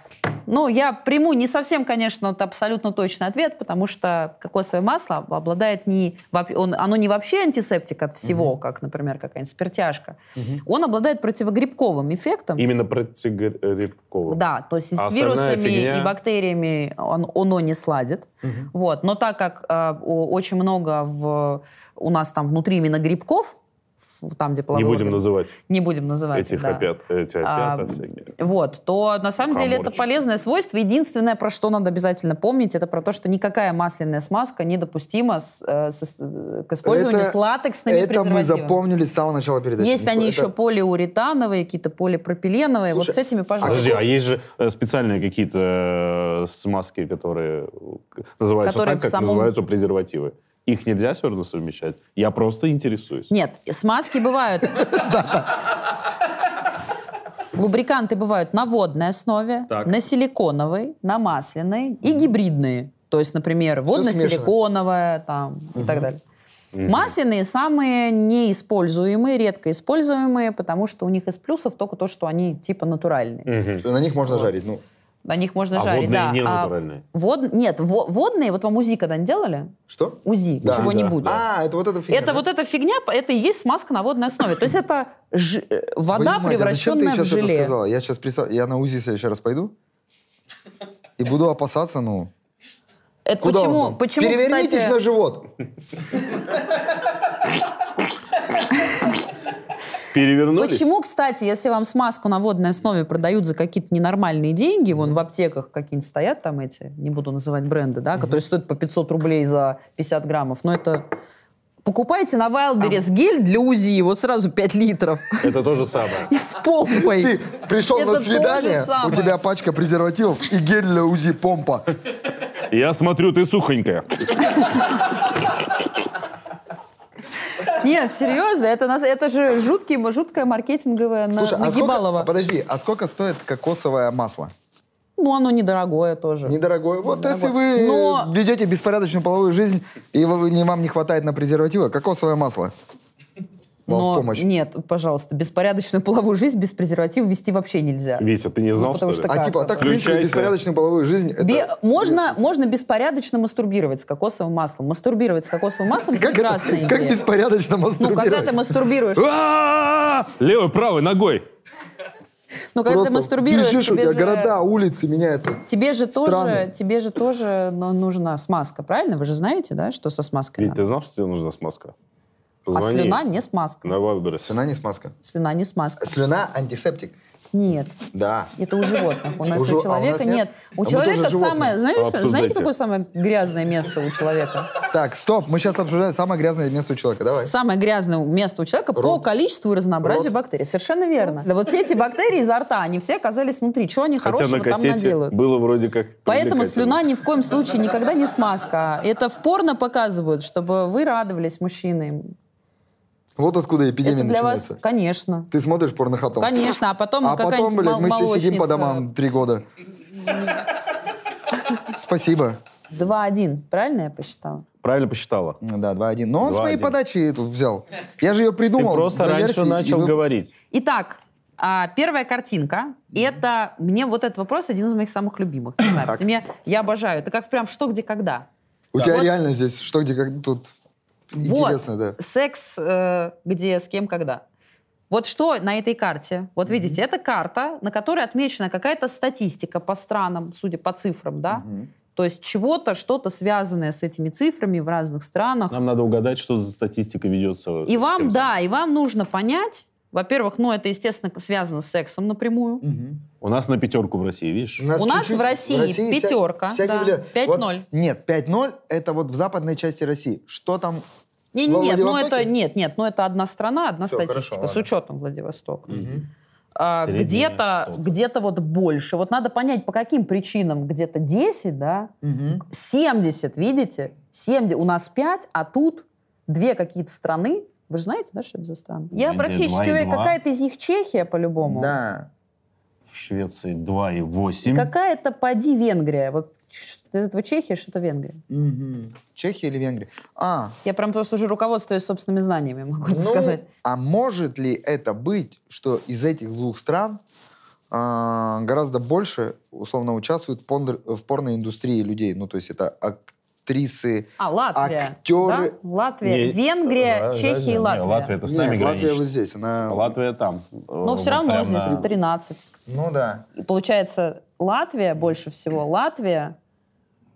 Speaker 1: Ну, я приму не совсем, конечно, вот абсолютно точный ответ, потому что кокосовое масло обладает не... воп- он- оно не вообще антисептик от всего, как, например, какая-нибудь спиртяжка. Он обладает противогрибковым эффектом.
Speaker 4: Именно противогрибковым.
Speaker 1: Да, то есть
Speaker 4: А
Speaker 1: с
Speaker 4: остальная
Speaker 1: вирусами
Speaker 4: фигня?
Speaker 1: и бактериями он, оно не сладит. Вот. Но так как э, о- очень много в, у нас там внутри именно грибков, в- там, где
Speaker 4: Не
Speaker 1: половой
Speaker 4: будем
Speaker 1: орган-
Speaker 4: называть
Speaker 1: не будем называть.
Speaker 4: этих
Speaker 1: да.
Speaker 4: опят, эти
Speaker 1: А,
Speaker 4: опята всякие.
Speaker 1: Вот, то на самом деле это
Speaker 4: Мухоморчики.
Speaker 1: полезное свойство. Единственное, про что надо обязательно помнить, это про то, что никакая масляная смазка недопустима с, э, с- э, к использованию
Speaker 2: Это-
Speaker 1: с латексными
Speaker 2: Это мы
Speaker 1: презервативами.
Speaker 2: запомнили с самого начала передачи.
Speaker 1: Есть они
Speaker 2: Это-
Speaker 1: еще полиуретановые, какие-то полипропиленовые. вот
Speaker 2: Слушай,
Speaker 1: с этими, пожалуйста.
Speaker 4: Подожди, а есть же э, специальные какие-то э, смазки, которые э, называются
Speaker 1: Которые в
Speaker 4: так, как
Speaker 1: самом-
Speaker 4: называются презервативы. Их нельзя все равно совмещать. Я просто интересуюсь.
Speaker 1: Нет, смазки бывают. Лубриканты бывают на водной основе,
Speaker 4: Так.
Speaker 1: на силиконовой, на масляной и гибридные. То есть, например, водно-силиконовая там, и так далее. Масляные самые неиспользуемые, редко используемые, потому что у них из плюсов только то, что они типа натуральные.
Speaker 4: Мгм.
Speaker 2: На них можно жарить. Ну,
Speaker 1: На них можно
Speaker 4: А
Speaker 1: жарить.
Speaker 4: водные
Speaker 1: да.
Speaker 4: не
Speaker 1: А
Speaker 4: натуральные?
Speaker 1: вод- Нет, во- водные, вот вам УЗИ когда-нибудь делали?
Speaker 2: что?
Speaker 1: УЗИ,
Speaker 2: Да.
Speaker 1: чего-нибудь.
Speaker 2: А, это вот эта фигня.
Speaker 1: Это вот эта фигня, по- это и есть смазка на водной основе. То есть это ж- э, вода,
Speaker 2: а зачем ты
Speaker 1: превращенная в
Speaker 2: сейчас это
Speaker 1: желе.
Speaker 2: сказала? Я сейчас я на УЗИ в следующий раз пойду и буду опасаться, ну.
Speaker 1: Это
Speaker 2: Куда он
Speaker 1: Э, почему,
Speaker 2: там?
Speaker 1: почему,
Speaker 2: Перевернитесь
Speaker 1: кстати,
Speaker 2: на живот.
Speaker 4: Перевернулись?
Speaker 1: почему, кстати, если вам смазку на водной основе продают за какие-то ненормальные деньги, вон в аптеках какие-нибудь стоят там эти, не буду называть бренды, да, которые стоят по 500 рублей за 50 граммов, но это... Покупайте на Wildberries гель для УЗИ, вот сразу 5 литров,
Speaker 4: Это то же самое.
Speaker 1: и с помпой.
Speaker 2: Ты пришел
Speaker 1: Это
Speaker 2: на
Speaker 1: то же
Speaker 2: свидание, у
Speaker 1: самое.
Speaker 2: тебя пачка презервативов и гель для УЗИ помпа.
Speaker 4: Я смотрю, ты сухонькая.
Speaker 1: Нет, серьезно, это, нас- это же жуткий, жуткая маркетинговая на-
Speaker 2: Слушай, а сколько,
Speaker 1: нагибалова.
Speaker 2: подожди, а сколько стоит кокосовое масло?
Speaker 1: Ну, оно недорогое тоже.
Speaker 2: Недорогое. Вот если
Speaker 1: Недорогое.
Speaker 2: вы
Speaker 1: Но-
Speaker 2: ведете беспорядочную половую жизнь, и вы- не- вам не хватает на презервативы, кокосовое масло. Вам в
Speaker 1: но
Speaker 2: помощь.
Speaker 1: нет, пожалуйста, беспорядочную половую жизнь без презерватива вести вообще нельзя.
Speaker 4: Витя, ты не знал,
Speaker 1: Ну, потому
Speaker 4: что ли?
Speaker 1: что
Speaker 2: А
Speaker 1: как
Speaker 2: типа,
Speaker 1: это?
Speaker 2: так, в принципе,
Speaker 4: Включайся.
Speaker 2: беспорядочную половую жизнь... это
Speaker 1: Бе- можно,
Speaker 2: лес.
Speaker 1: можно беспорядочно мастурбировать с кокосовым маслом. Мастурбировать с кокосовым маслом
Speaker 2: Как это-
Speaker 1: прекрасная идея.
Speaker 2: Как беспорядочно
Speaker 1: ну,
Speaker 2: мастурбировать?
Speaker 1: когда ты мастурбируешь,
Speaker 4: А-а-а! А, Левой, правой ногой.
Speaker 1: ну, когда ты
Speaker 2: Просто
Speaker 1: мастурбируешь,
Speaker 2: бежишь, у
Speaker 1: тебе
Speaker 2: тебя
Speaker 1: же,
Speaker 2: города, улицы меняются.
Speaker 1: тебе же
Speaker 2: страны.
Speaker 1: тоже, тебе же тоже ну, нужна смазка, правильно? Вы же знаете, да, что со смазкой
Speaker 4: Ведь
Speaker 1: надо?
Speaker 4: ты знал, что тебе нужна смазка?
Speaker 1: А
Speaker 4: Позвони
Speaker 1: слюна не смазка.
Speaker 4: На Вайлдберрис.
Speaker 2: Слюна не смазка.
Speaker 1: Слюна не смазка.
Speaker 2: Слюна антисептик.
Speaker 1: Нет,
Speaker 2: Да.
Speaker 1: это у животных. У нас
Speaker 2: У жи- а
Speaker 1: у
Speaker 2: у
Speaker 1: человека
Speaker 2: нас нет?
Speaker 1: нет.
Speaker 2: А
Speaker 1: У
Speaker 2: мы
Speaker 1: человека
Speaker 2: тоже животные.
Speaker 1: самое, знаешь,
Speaker 4: Обсуждайте.
Speaker 1: знаете, какое самое грязное место у человека?
Speaker 2: Так, стоп, мы сейчас обсуждаем самое грязное место у человека. Давай.
Speaker 1: Самое грязное место у человека по
Speaker 2: Рот.
Speaker 1: количеству и разнообразию
Speaker 2: Рот.
Speaker 1: бактерий. Совершенно верно. Да вот все эти бактерии изо рта, они все оказались внутри. Чего они
Speaker 4: Хотя
Speaker 1: хорошего
Speaker 4: на
Speaker 1: там
Speaker 4: кассете
Speaker 1: наделают?
Speaker 4: было вроде как
Speaker 1: Поэтому
Speaker 4: привлекательно.
Speaker 1: слюна ни в коем случае никогда не смазка. Это в порно показывают, чтобы вы радовались, мужчины.
Speaker 2: Вот откуда эпидемия
Speaker 1: Это для
Speaker 2: начинается.
Speaker 1: вас, конечно.
Speaker 2: Ты смотришь порнохаб там.
Speaker 1: Конечно, а потом
Speaker 2: А потом,
Speaker 1: какая-нибудь
Speaker 2: блядь, мы
Speaker 1: мол-
Speaker 2: все сидим по
Speaker 1: молочница.
Speaker 2: домам три года. Спасибо.
Speaker 1: 2-1, правильно я посчитала?
Speaker 4: Правильно посчитала.
Speaker 2: Да, 2-1. Но он с моей
Speaker 4: 2-1.
Speaker 2: подачи эту взял. Я же ее
Speaker 4: Ты
Speaker 2: придумал.
Speaker 4: просто
Speaker 2: для
Speaker 4: раньше
Speaker 2: версии,
Speaker 4: начал
Speaker 2: и вы-
Speaker 4: говорить.
Speaker 1: Итак, а, первая картинка. Это мне вот этот вопрос один из моих самых любимых. Не знаю,
Speaker 2: Так.
Speaker 1: мне- я обожаю. Это как прям что, где, когда.
Speaker 2: У
Speaker 1: Да.
Speaker 2: тебя
Speaker 1: Вот.
Speaker 2: реально здесь что, где, как тут интересно, да.
Speaker 1: Секс, э, где, с кем, когда. Вот что на этой карте? Вот видите, это карта, на которой отмечена какая-то статистика по странам, судя по цифрам, да?
Speaker 2: Мгм.
Speaker 1: То есть чего-то, что-то связанное с этими цифрами в разных странах.
Speaker 4: Нам надо угадать, что за статистика ведется.
Speaker 1: И вам,
Speaker 4: тем самым.
Speaker 1: да, и вам нужно понять, во-первых, ну это, естественно, связано с сексом напрямую.
Speaker 2: Мгм.
Speaker 4: У нас на пятерку в России, видишь?
Speaker 1: У нас
Speaker 2: чуть-чуть-
Speaker 1: в России
Speaker 2: вся-
Speaker 1: пятерка,
Speaker 2: всякие,
Speaker 1: да.
Speaker 2: блядь,
Speaker 1: 5-0.
Speaker 2: вот- нет, 5-0 это вот в западной части России. Что там?
Speaker 1: Не,
Speaker 2: Во
Speaker 1: не, нет, ну
Speaker 2: Владивостоке?
Speaker 1: это нет, нет, ну это одна страна, одна
Speaker 2: Всё,
Speaker 1: статистика
Speaker 2: хорошо,
Speaker 1: с
Speaker 2: ладно.
Speaker 1: учетом Владивостока.
Speaker 2: Мгм.
Speaker 1: А,
Speaker 4: Среднее
Speaker 1: где-то,
Speaker 4: что-то.
Speaker 1: где-то вот больше. Вот надо понять, по каким причинам где-то 10, да,
Speaker 2: Мгм.
Speaker 1: 70, видите? 70, у нас 5, а тут две какие-то страны. Вы же знаете, да, что это за страны? Я
Speaker 4: Где
Speaker 1: практически
Speaker 4: два и
Speaker 1: уверена,
Speaker 4: два?
Speaker 1: какая-то из них Чехия, по-любому.
Speaker 2: Да.
Speaker 4: В Швеции 2,8.
Speaker 1: Какая-то поди Венгрия. Вот ч- из этого Чехия что-то Венгрия.
Speaker 2: Мгм. Чехия или Венгрия? А,
Speaker 1: Я прям просто уже руководствуюсь собственными знаниями, могу это
Speaker 2: Ну,
Speaker 1: сказать.
Speaker 2: А может ли это быть, что из этих двух стран а, гораздо больше, условно, участвуют в пондр- в порноиндустрии людей? Ну, то есть это актрисы...
Speaker 1: А, Латвия.
Speaker 2: Актеры-
Speaker 1: да? Латвия,
Speaker 4: Не,
Speaker 1: Венгрия,
Speaker 4: ра- разве?
Speaker 1: Чехия и
Speaker 4: Не,
Speaker 1: Латвия.
Speaker 4: Латвия это с нами
Speaker 2: Нет, Латвия
Speaker 4: граничит.
Speaker 2: вот здесь, она...
Speaker 4: Латвия там. э,
Speaker 1: Но все равно здесь 13.
Speaker 2: Ну да.
Speaker 1: И получается, Латвия больше всего. Латвия.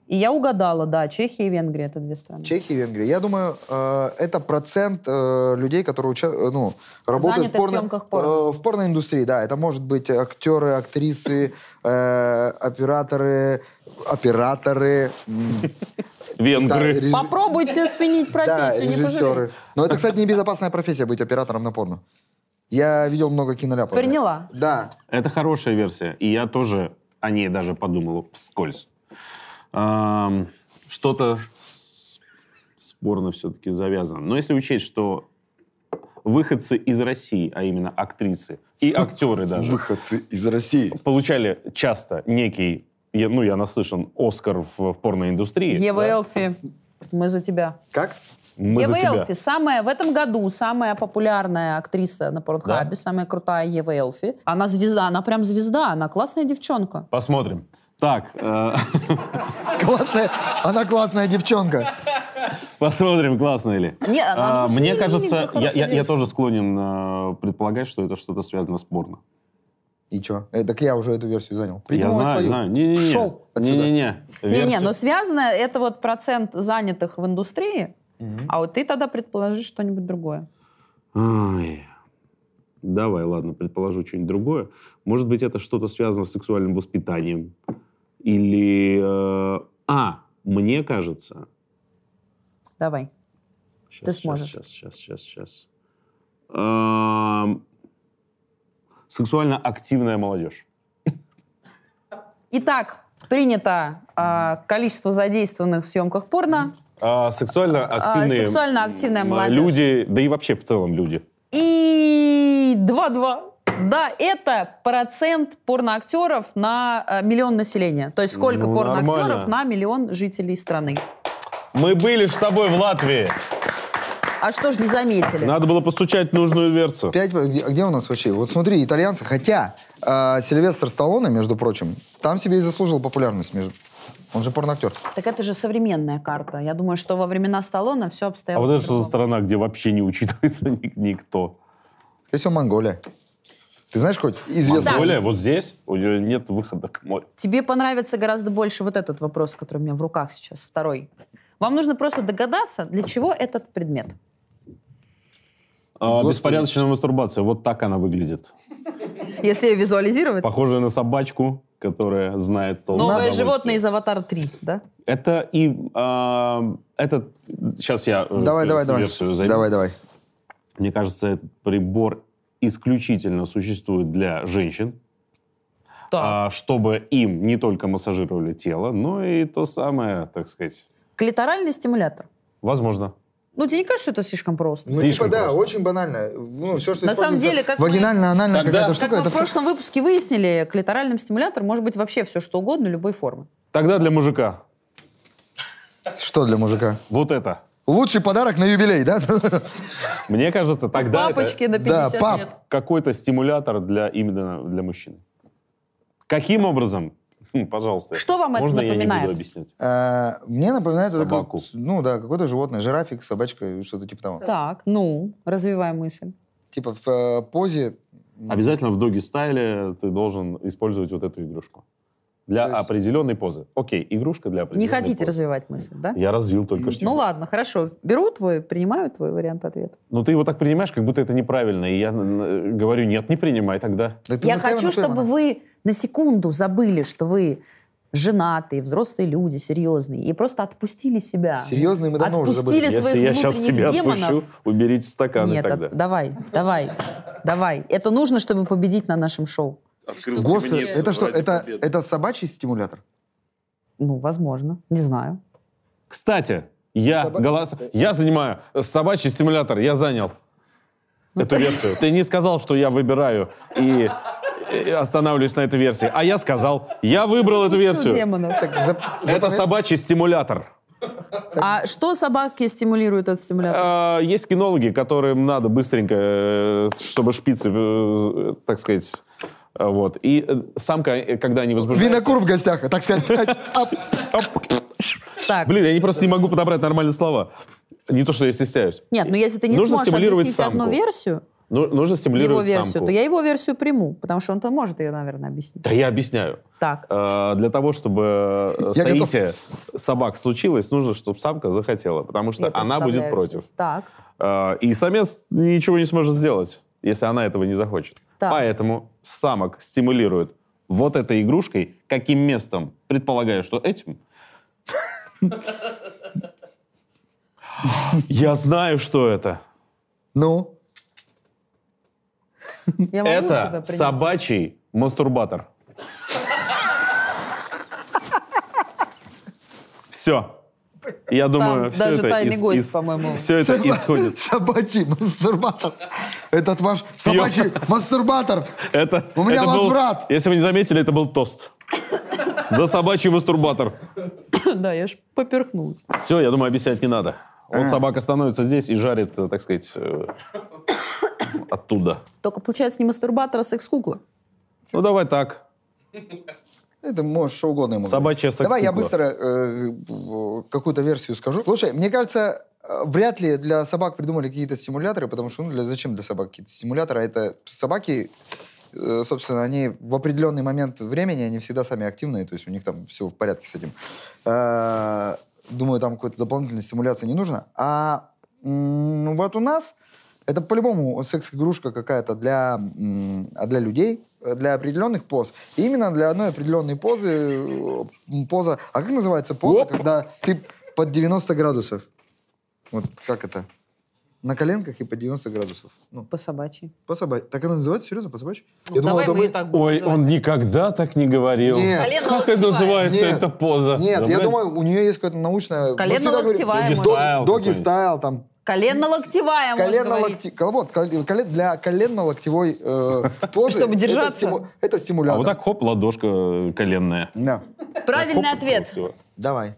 Speaker 1: И я угадала, да, Чехия и Венгрия это две страны.
Speaker 2: Чехия и Венгрия. Я думаю, э, это процент э, людей, которые уча- э, ну, работают
Speaker 1: Заняты
Speaker 2: в,
Speaker 1: в
Speaker 2: порно...
Speaker 1: съемках порно.
Speaker 2: э, в порноиндустрии. Да, это может быть актеры, актрисы, э, операторы, операторы, м, да,
Speaker 4: Венгры.
Speaker 2: реж-
Speaker 1: Попробуйте сменить
Speaker 2: Да,
Speaker 1: профессию, не пожалеете.
Speaker 2: режиссеры. Но это, кстати, небезопасная профессия быть оператором на порно. Я видел много киноляпов.
Speaker 1: Приняла.
Speaker 2: Да.
Speaker 4: Это хорошая версия. И я тоже о ней даже подумал вскользь. Ам, Что-то с- спорно все-таки завязано. Но если учесть, что выходцы из России, а именно актрисы и актеры даже,
Speaker 2: Выходцы из России.
Speaker 4: получали часто некий, я- ну, я наслышан, Оскар в, в порноиндустрии.
Speaker 1: Ева Элфи, мы за тебя.
Speaker 2: Как?
Speaker 4: Мы за
Speaker 1: Ева
Speaker 4: тебя.
Speaker 1: Элфи, самая, в этом году самая популярная актриса на Порнхабе, самая крутая Ева Элфи. Она звезда, она прям звезда, она классная девчонка.
Speaker 4: Посмотрим. Так, э,
Speaker 2: Классная. Она классная девчонка.
Speaker 4: посмотрим, классно ли.
Speaker 1: Не, она
Speaker 4: А,
Speaker 1: очень
Speaker 4: мне
Speaker 1: миленькая,
Speaker 4: кажется, я,
Speaker 1: хорошая
Speaker 4: я- я
Speaker 1: девочка.
Speaker 4: тоже склонен э, предполагать, что это что-то связано с порно.
Speaker 2: И чё? Э, Так я уже эту версию занял.
Speaker 4: я
Speaker 2: Придумывай
Speaker 4: знаю,
Speaker 2: свою.
Speaker 4: знаю. Не-не-не.
Speaker 2: Пшёл отсюда.
Speaker 4: Не-не-не.
Speaker 1: Не-не,
Speaker 4: Версию-
Speaker 1: но связано это вот процент занятых в индустрии,
Speaker 2: Мгм.
Speaker 1: а вот ты тогда предположишь что-нибудь другое.
Speaker 4: Ай. Давай, ладно, предположу что-нибудь другое. Может быть, это что-то связано с сексуальным воспитанием. Или... э, А, мне кажется...
Speaker 1: Давай.
Speaker 4: Щас,
Speaker 1: Ты
Speaker 4: щас,
Speaker 1: сможешь.
Speaker 4: Щас, щас, щас, щас. Эм, Сексуально активная молодежь.
Speaker 1: Итак, принято а, количество задействованных в съемках порно.
Speaker 4: А, сексуально активные...
Speaker 1: сексуально активная
Speaker 4: м,
Speaker 1: молодежь.
Speaker 4: Люди, да и вообще в целом люди.
Speaker 1: И 2-2. Да, это процент порноактеров на э, миллион населения. То есть сколько
Speaker 4: Ну,
Speaker 1: порноактеров
Speaker 4: нормально.
Speaker 1: на миллион жителей страны.
Speaker 4: Мы были ж с тобой в Латвии.
Speaker 3: А что ж не заметили?
Speaker 4: Надо было постучать в нужную дверцу.
Speaker 2: Пять, где, где у нас вообще? Вот смотри, итальянцы, хотя э, Сильвестр Сталлоне, между прочим, там себе и заслужил популярность. Между... Он же порноактер.
Speaker 1: Так это же современная карта. Я думаю, что во времена Сталлоне все
Speaker 4: А
Speaker 1: обстояло.
Speaker 4: вот это что
Speaker 1: по-другому.
Speaker 4: за страна, где вообще не учитывается ни- никто?
Speaker 2: Скорее всего, Монголия. Ты знаешь хоть известный?
Speaker 4: Более, вот здесь у нее нет выхода к морю.
Speaker 1: Тебе понравится гораздо больше вот этот вопрос, который у меня в руках сейчас, второй. Вам нужно просто догадаться, для чего этот предмет.
Speaker 4: А,
Speaker 2: Господи.
Speaker 4: беспорядочная мастурбация. Вот так она выглядит.
Speaker 1: Если ее визуализировать.
Speaker 4: Похожая на собачку, которая знает толк.
Speaker 1: Новое
Speaker 4: удовольствие.
Speaker 1: животное из «Аватара 3», да?
Speaker 4: Это и... а, это... Сейчас я э,
Speaker 2: Давай, давай, давай.
Speaker 4: версию займу.
Speaker 2: Давай, давай.
Speaker 4: Мне кажется, этот прибор исключительно существует для женщин,
Speaker 1: Да.
Speaker 4: а, чтобы им не только массажировали тело, но и то самое, так сказать,
Speaker 1: Клиторальный стимулятор.
Speaker 4: возможно.
Speaker 1: Ну, тебе не кажется, что это слишком просто?
Speaker 2: Ну,
Speaker 4: Слишком
Speaker 2: типа, да,
Speaker 4: просто.
Speaker 2: очень банально. Ну, все, что
Speaker 1: На самом
Speaker 2: используется
Speaker 1: деле, как мы-
Speaker 2: Вагинально-анальная
Speaker 4: Тогда-
Speaker 1: Как
Speaker 2: какая-то
Speaker 4: Как
Speaker 2: штука.
Speaker 1: мы
Speaker 2: это
Speaker 1: в прошлом выпуске выяснили, клиторальным стимулятором может быть вообще все, что угодно, любой формы.
Speaker 4: Тогда для мужика
Speaker 2: всё- Что для мужика?
Speaker 4: вот это.
Speaker 2: Лучший подарок на юбилей, да?
Speaker 4: Мне кажется, тогда
Speaker 1: Папочки
Speaker 4: это
Speaker 1: на 50
Speaker 2: да, пап.
Speaker 1: лет.
Speaker 4: какой-то стимулятор для именно для мужчины. Каким образом? Хм, пожалуйста.
Speaker 1: Что вам это
Speaker 4: Можно я не
Speaker 1: напоминает?
Speaker 4: буду объяснять?
Speaker 2: А, Мне напоминает... это как-
Speaker 4: Собаку.
Speaker 2: Ну да, какое-то животное. Жирафик, собачка, что-то типа того.
Speaker 1: Так, ну, развивай мысль.
Speaker 2: Типа в э, позе... м,
Speaker 4: Обязательно в доги стайле ты должен использовать вот эту игрушку. Для
Speaker 2: То есть-
Speaker 4: определенной позы. Окей, игрушка для определенной
Speaker 1: Не хотите
Speaker 4: позы.
Speaker 1: развивать мысль, да?
Speaker 4: Я развил только что.
Speaker 1: Ну ладно, хорошо. Беру твой, принимаю твой вариант ответа.
Speaker 4: Но Ну ты его так принимаешь, как будто это неправильно. И я н- н- говорю, нет, не принимай тогда.
Speaker 2: да ты
Speaker 1: Я
Speaker 2: настаивай,
Speaker 1: хочу,
Speaker 2: настаивай,
Speaker 1: чтобы
Speaker 2: она.
Speaker 1: вы на секунду забыли, что вы женатые, взрослые люди, серьезные, и просто отпустили себя.
Speaker 2: Серьезно, мы давно уже
Speaker 1: Отпустили
Speaker 2: забыли.
Speaker 1: Для
Speaker 4: Если
Speaker 1: своих
Speaker 4: я сейчас
Speaker 1: внутренних
Speaker 4: себя
Speaker 1: демонов-
Speaker 4: отпущу, уберите стаканы
Speaker 1: Нет,
Speaker 4: тогда.
Speaker 1: от- давай, давай, давай. Это нужно, чтобы победить на нашем шоу.
Speaker 5: Открыл
Speaker 2: Господи,
Speaker 5: темницу
Speaker 2: это что?
Speaker 5: ради
Speaker 2: Это, э,
Speaker 5: победы.
Speaker 2: это собачий стимулятор?
Speaker 1: Ну, возможно, не знаю.
Speaker 4: Кстати, я, голос... я занимаю собачий стимулятор, я занял эту версию. Ты не сказал, что я выбираю и и останавливаюсь на этой версии, а я сказал, я выбрал эту версию.
Speaker 1: Демонов.
Speaker 2: Так, за-
Speaker 4: Это
Speaker 2: запомя-
Speaker 4: собачий стимулятор.
Speaker 1: А что собаки стимулируют этот стимулятор?
Speaker 4: А, Есть кинологи, которым надо быстренько, э, чтобы шпицы, э, так сказать, э, вот. И э, самка, э, когда они возбуждаются...
Speaker 2: Винокур в гостях, так сказать. А, Оп.
Speaker 1: Так,
Speaker 4: А, Блин, я не просто не могу подобрать нормальные слова. Не то, что я стесняюсь.
Speaker 1: нет, ну если ты не
Speaker 4: Нужно
Speaker 1: сможешь
Speaker 4: стимулировать
Speaker 1: объяснить одну
Speaker 4: самку.
Speaker 1: версию,
Speaker 4: Ну, нужно
Speaker 1: его
Speaker 4: стимулировать
Speaker 1: версию,
Speaker 4: самку.
Speaker 1: то я его версию приму, потому что он-то может ее, наверное, объяснить.
Speaker 4: Да я объясняю.
Speaker 1: Так,
Speaker 4: Э, Для того, чтобы э,
Speaker 2: Я готов.
Speaker 4: соитие собак случилось, нужно, чтобы самка захотела, потому что
Speaker 1: я
Speaker 4: она будет
Speaker 1: представляю
Speaker 4: против.
Speaker 1: сейчас. Так,
Speaker 4: Э, И самец ничего не сможет сделать, если она этого не захочет.
Speaker 1: Так.
Speaker 4: Поэтому самок стимулирует вот этой игрушкой, каким местом, предполагаю, что этим. Я знаю, что это.
Speaker 2: Ну,
Speaker 1: я могу А тебя
Speaker 4: Это
Speaker 1: принять?
Speaker 4: собачий мастурбатор. Все. Я думаю, все
Speaker 1: даже
Speaker 4: это
Speaker 1: тайный
Speaker 4: ис-
Speaker 1: гость,
Speaker 4: ис-
Speaker 1: по-моему.
Speaker 4: Все это исходит.
Speaker 2: собачий мастурбатор. Этот ваш собачий мастурбатор.
Speaker 4: Это,
Speaker 2: У меня
Speaker 4: это был-
Speaker 2: возврат.
Speaker 4: если вы не заметили, это был тост. За собачий мастурбатор.
Speaker 1: Да, я ж поперхнулась.
Speaker 4: Все, я думаю, объяснять не надо.
Speaker 2: А.
Speaker 4: Вот собака становится здесь и жарит, э, так сказать, э, оттуда.
Speaker 1: Только получается не мастурбатор, а секс-кукла.
Speaker 4: Ну, давай так.
Speaker 2: Это можешь что угодно ему.
Speaker 4: Собачья секс
Speaker 2: Давай я быстро э, в- какую-то версию скажу. Слушай, мне кажется, э, вряд ли для собак придумали какие-то стимуляторы, потому что ну, для, зачем для собак какие-то стимуляторы? Это собаки, э, собственно, они в определенный момент времени, они всегда сами активные, то есть у них там все в порядке с этим. Э, думаю, там какой-то дополнительной стимуляции не нужно. А м, вот у нас это по-любому секс-игрушка какая-то для, м, а для людей, э, для определенных поз. И именно для одной определенной позы э, м, поза... А как называется поза,
Speaker 4: Оп.
Speaker 2: когда ты под 90 градусов? Вот как это? На коленках и под 90 градусов. Ну,
Speaker 1: По собачьи.
Speaker 2: по собачьи. Так она называется? Серьезно, по собачьи?
Speaker 1: Ну, Давай мы ее так будем
Speaker 4: Ой,
Speaker 1: называть.
Speaker 4: он никогда так не говорил.
Speaker 2: Нет.
Speaker 4: Как это называется,
Speaker 2: Нет.
Speaker 4: эта поза?
Speaker 2: Нет, я
Speaker 4: Забыл?
Speaker 2: думаю, у нее есть какое-то научное... Мы всегда
Speaker 1: Колено-локтевая.
Speaker 4: Доги
Speaker 1: может.
Speaker 4: стайл.
Speaker 2: говорим, Доги
Speaker 4: какой-нибудь.
Speaker 2: стайл, там,
Speaker 1: Колено-локтевая, можно говорить.
Speaker 2: колено-локти... кол- Вот, кол- коле- для коленно-локтевой э, позы...
Speaker 1: Чтобы
Speaker 2: это
Speaker 1: держаться.
Speaker 2: стиму- Это
Speaker 4: А
Speaker 2: стимулятор.
Speaker 4: вот так хоп, ладошка э, коленная.
Speaker 2: Да.
Speaker 4: Хоп, Ну,
Speaker 1: Правильный
Speaker 4: и
Speaker 1: ответ.
Speaker 4: всё.
Speaker 2: Давай.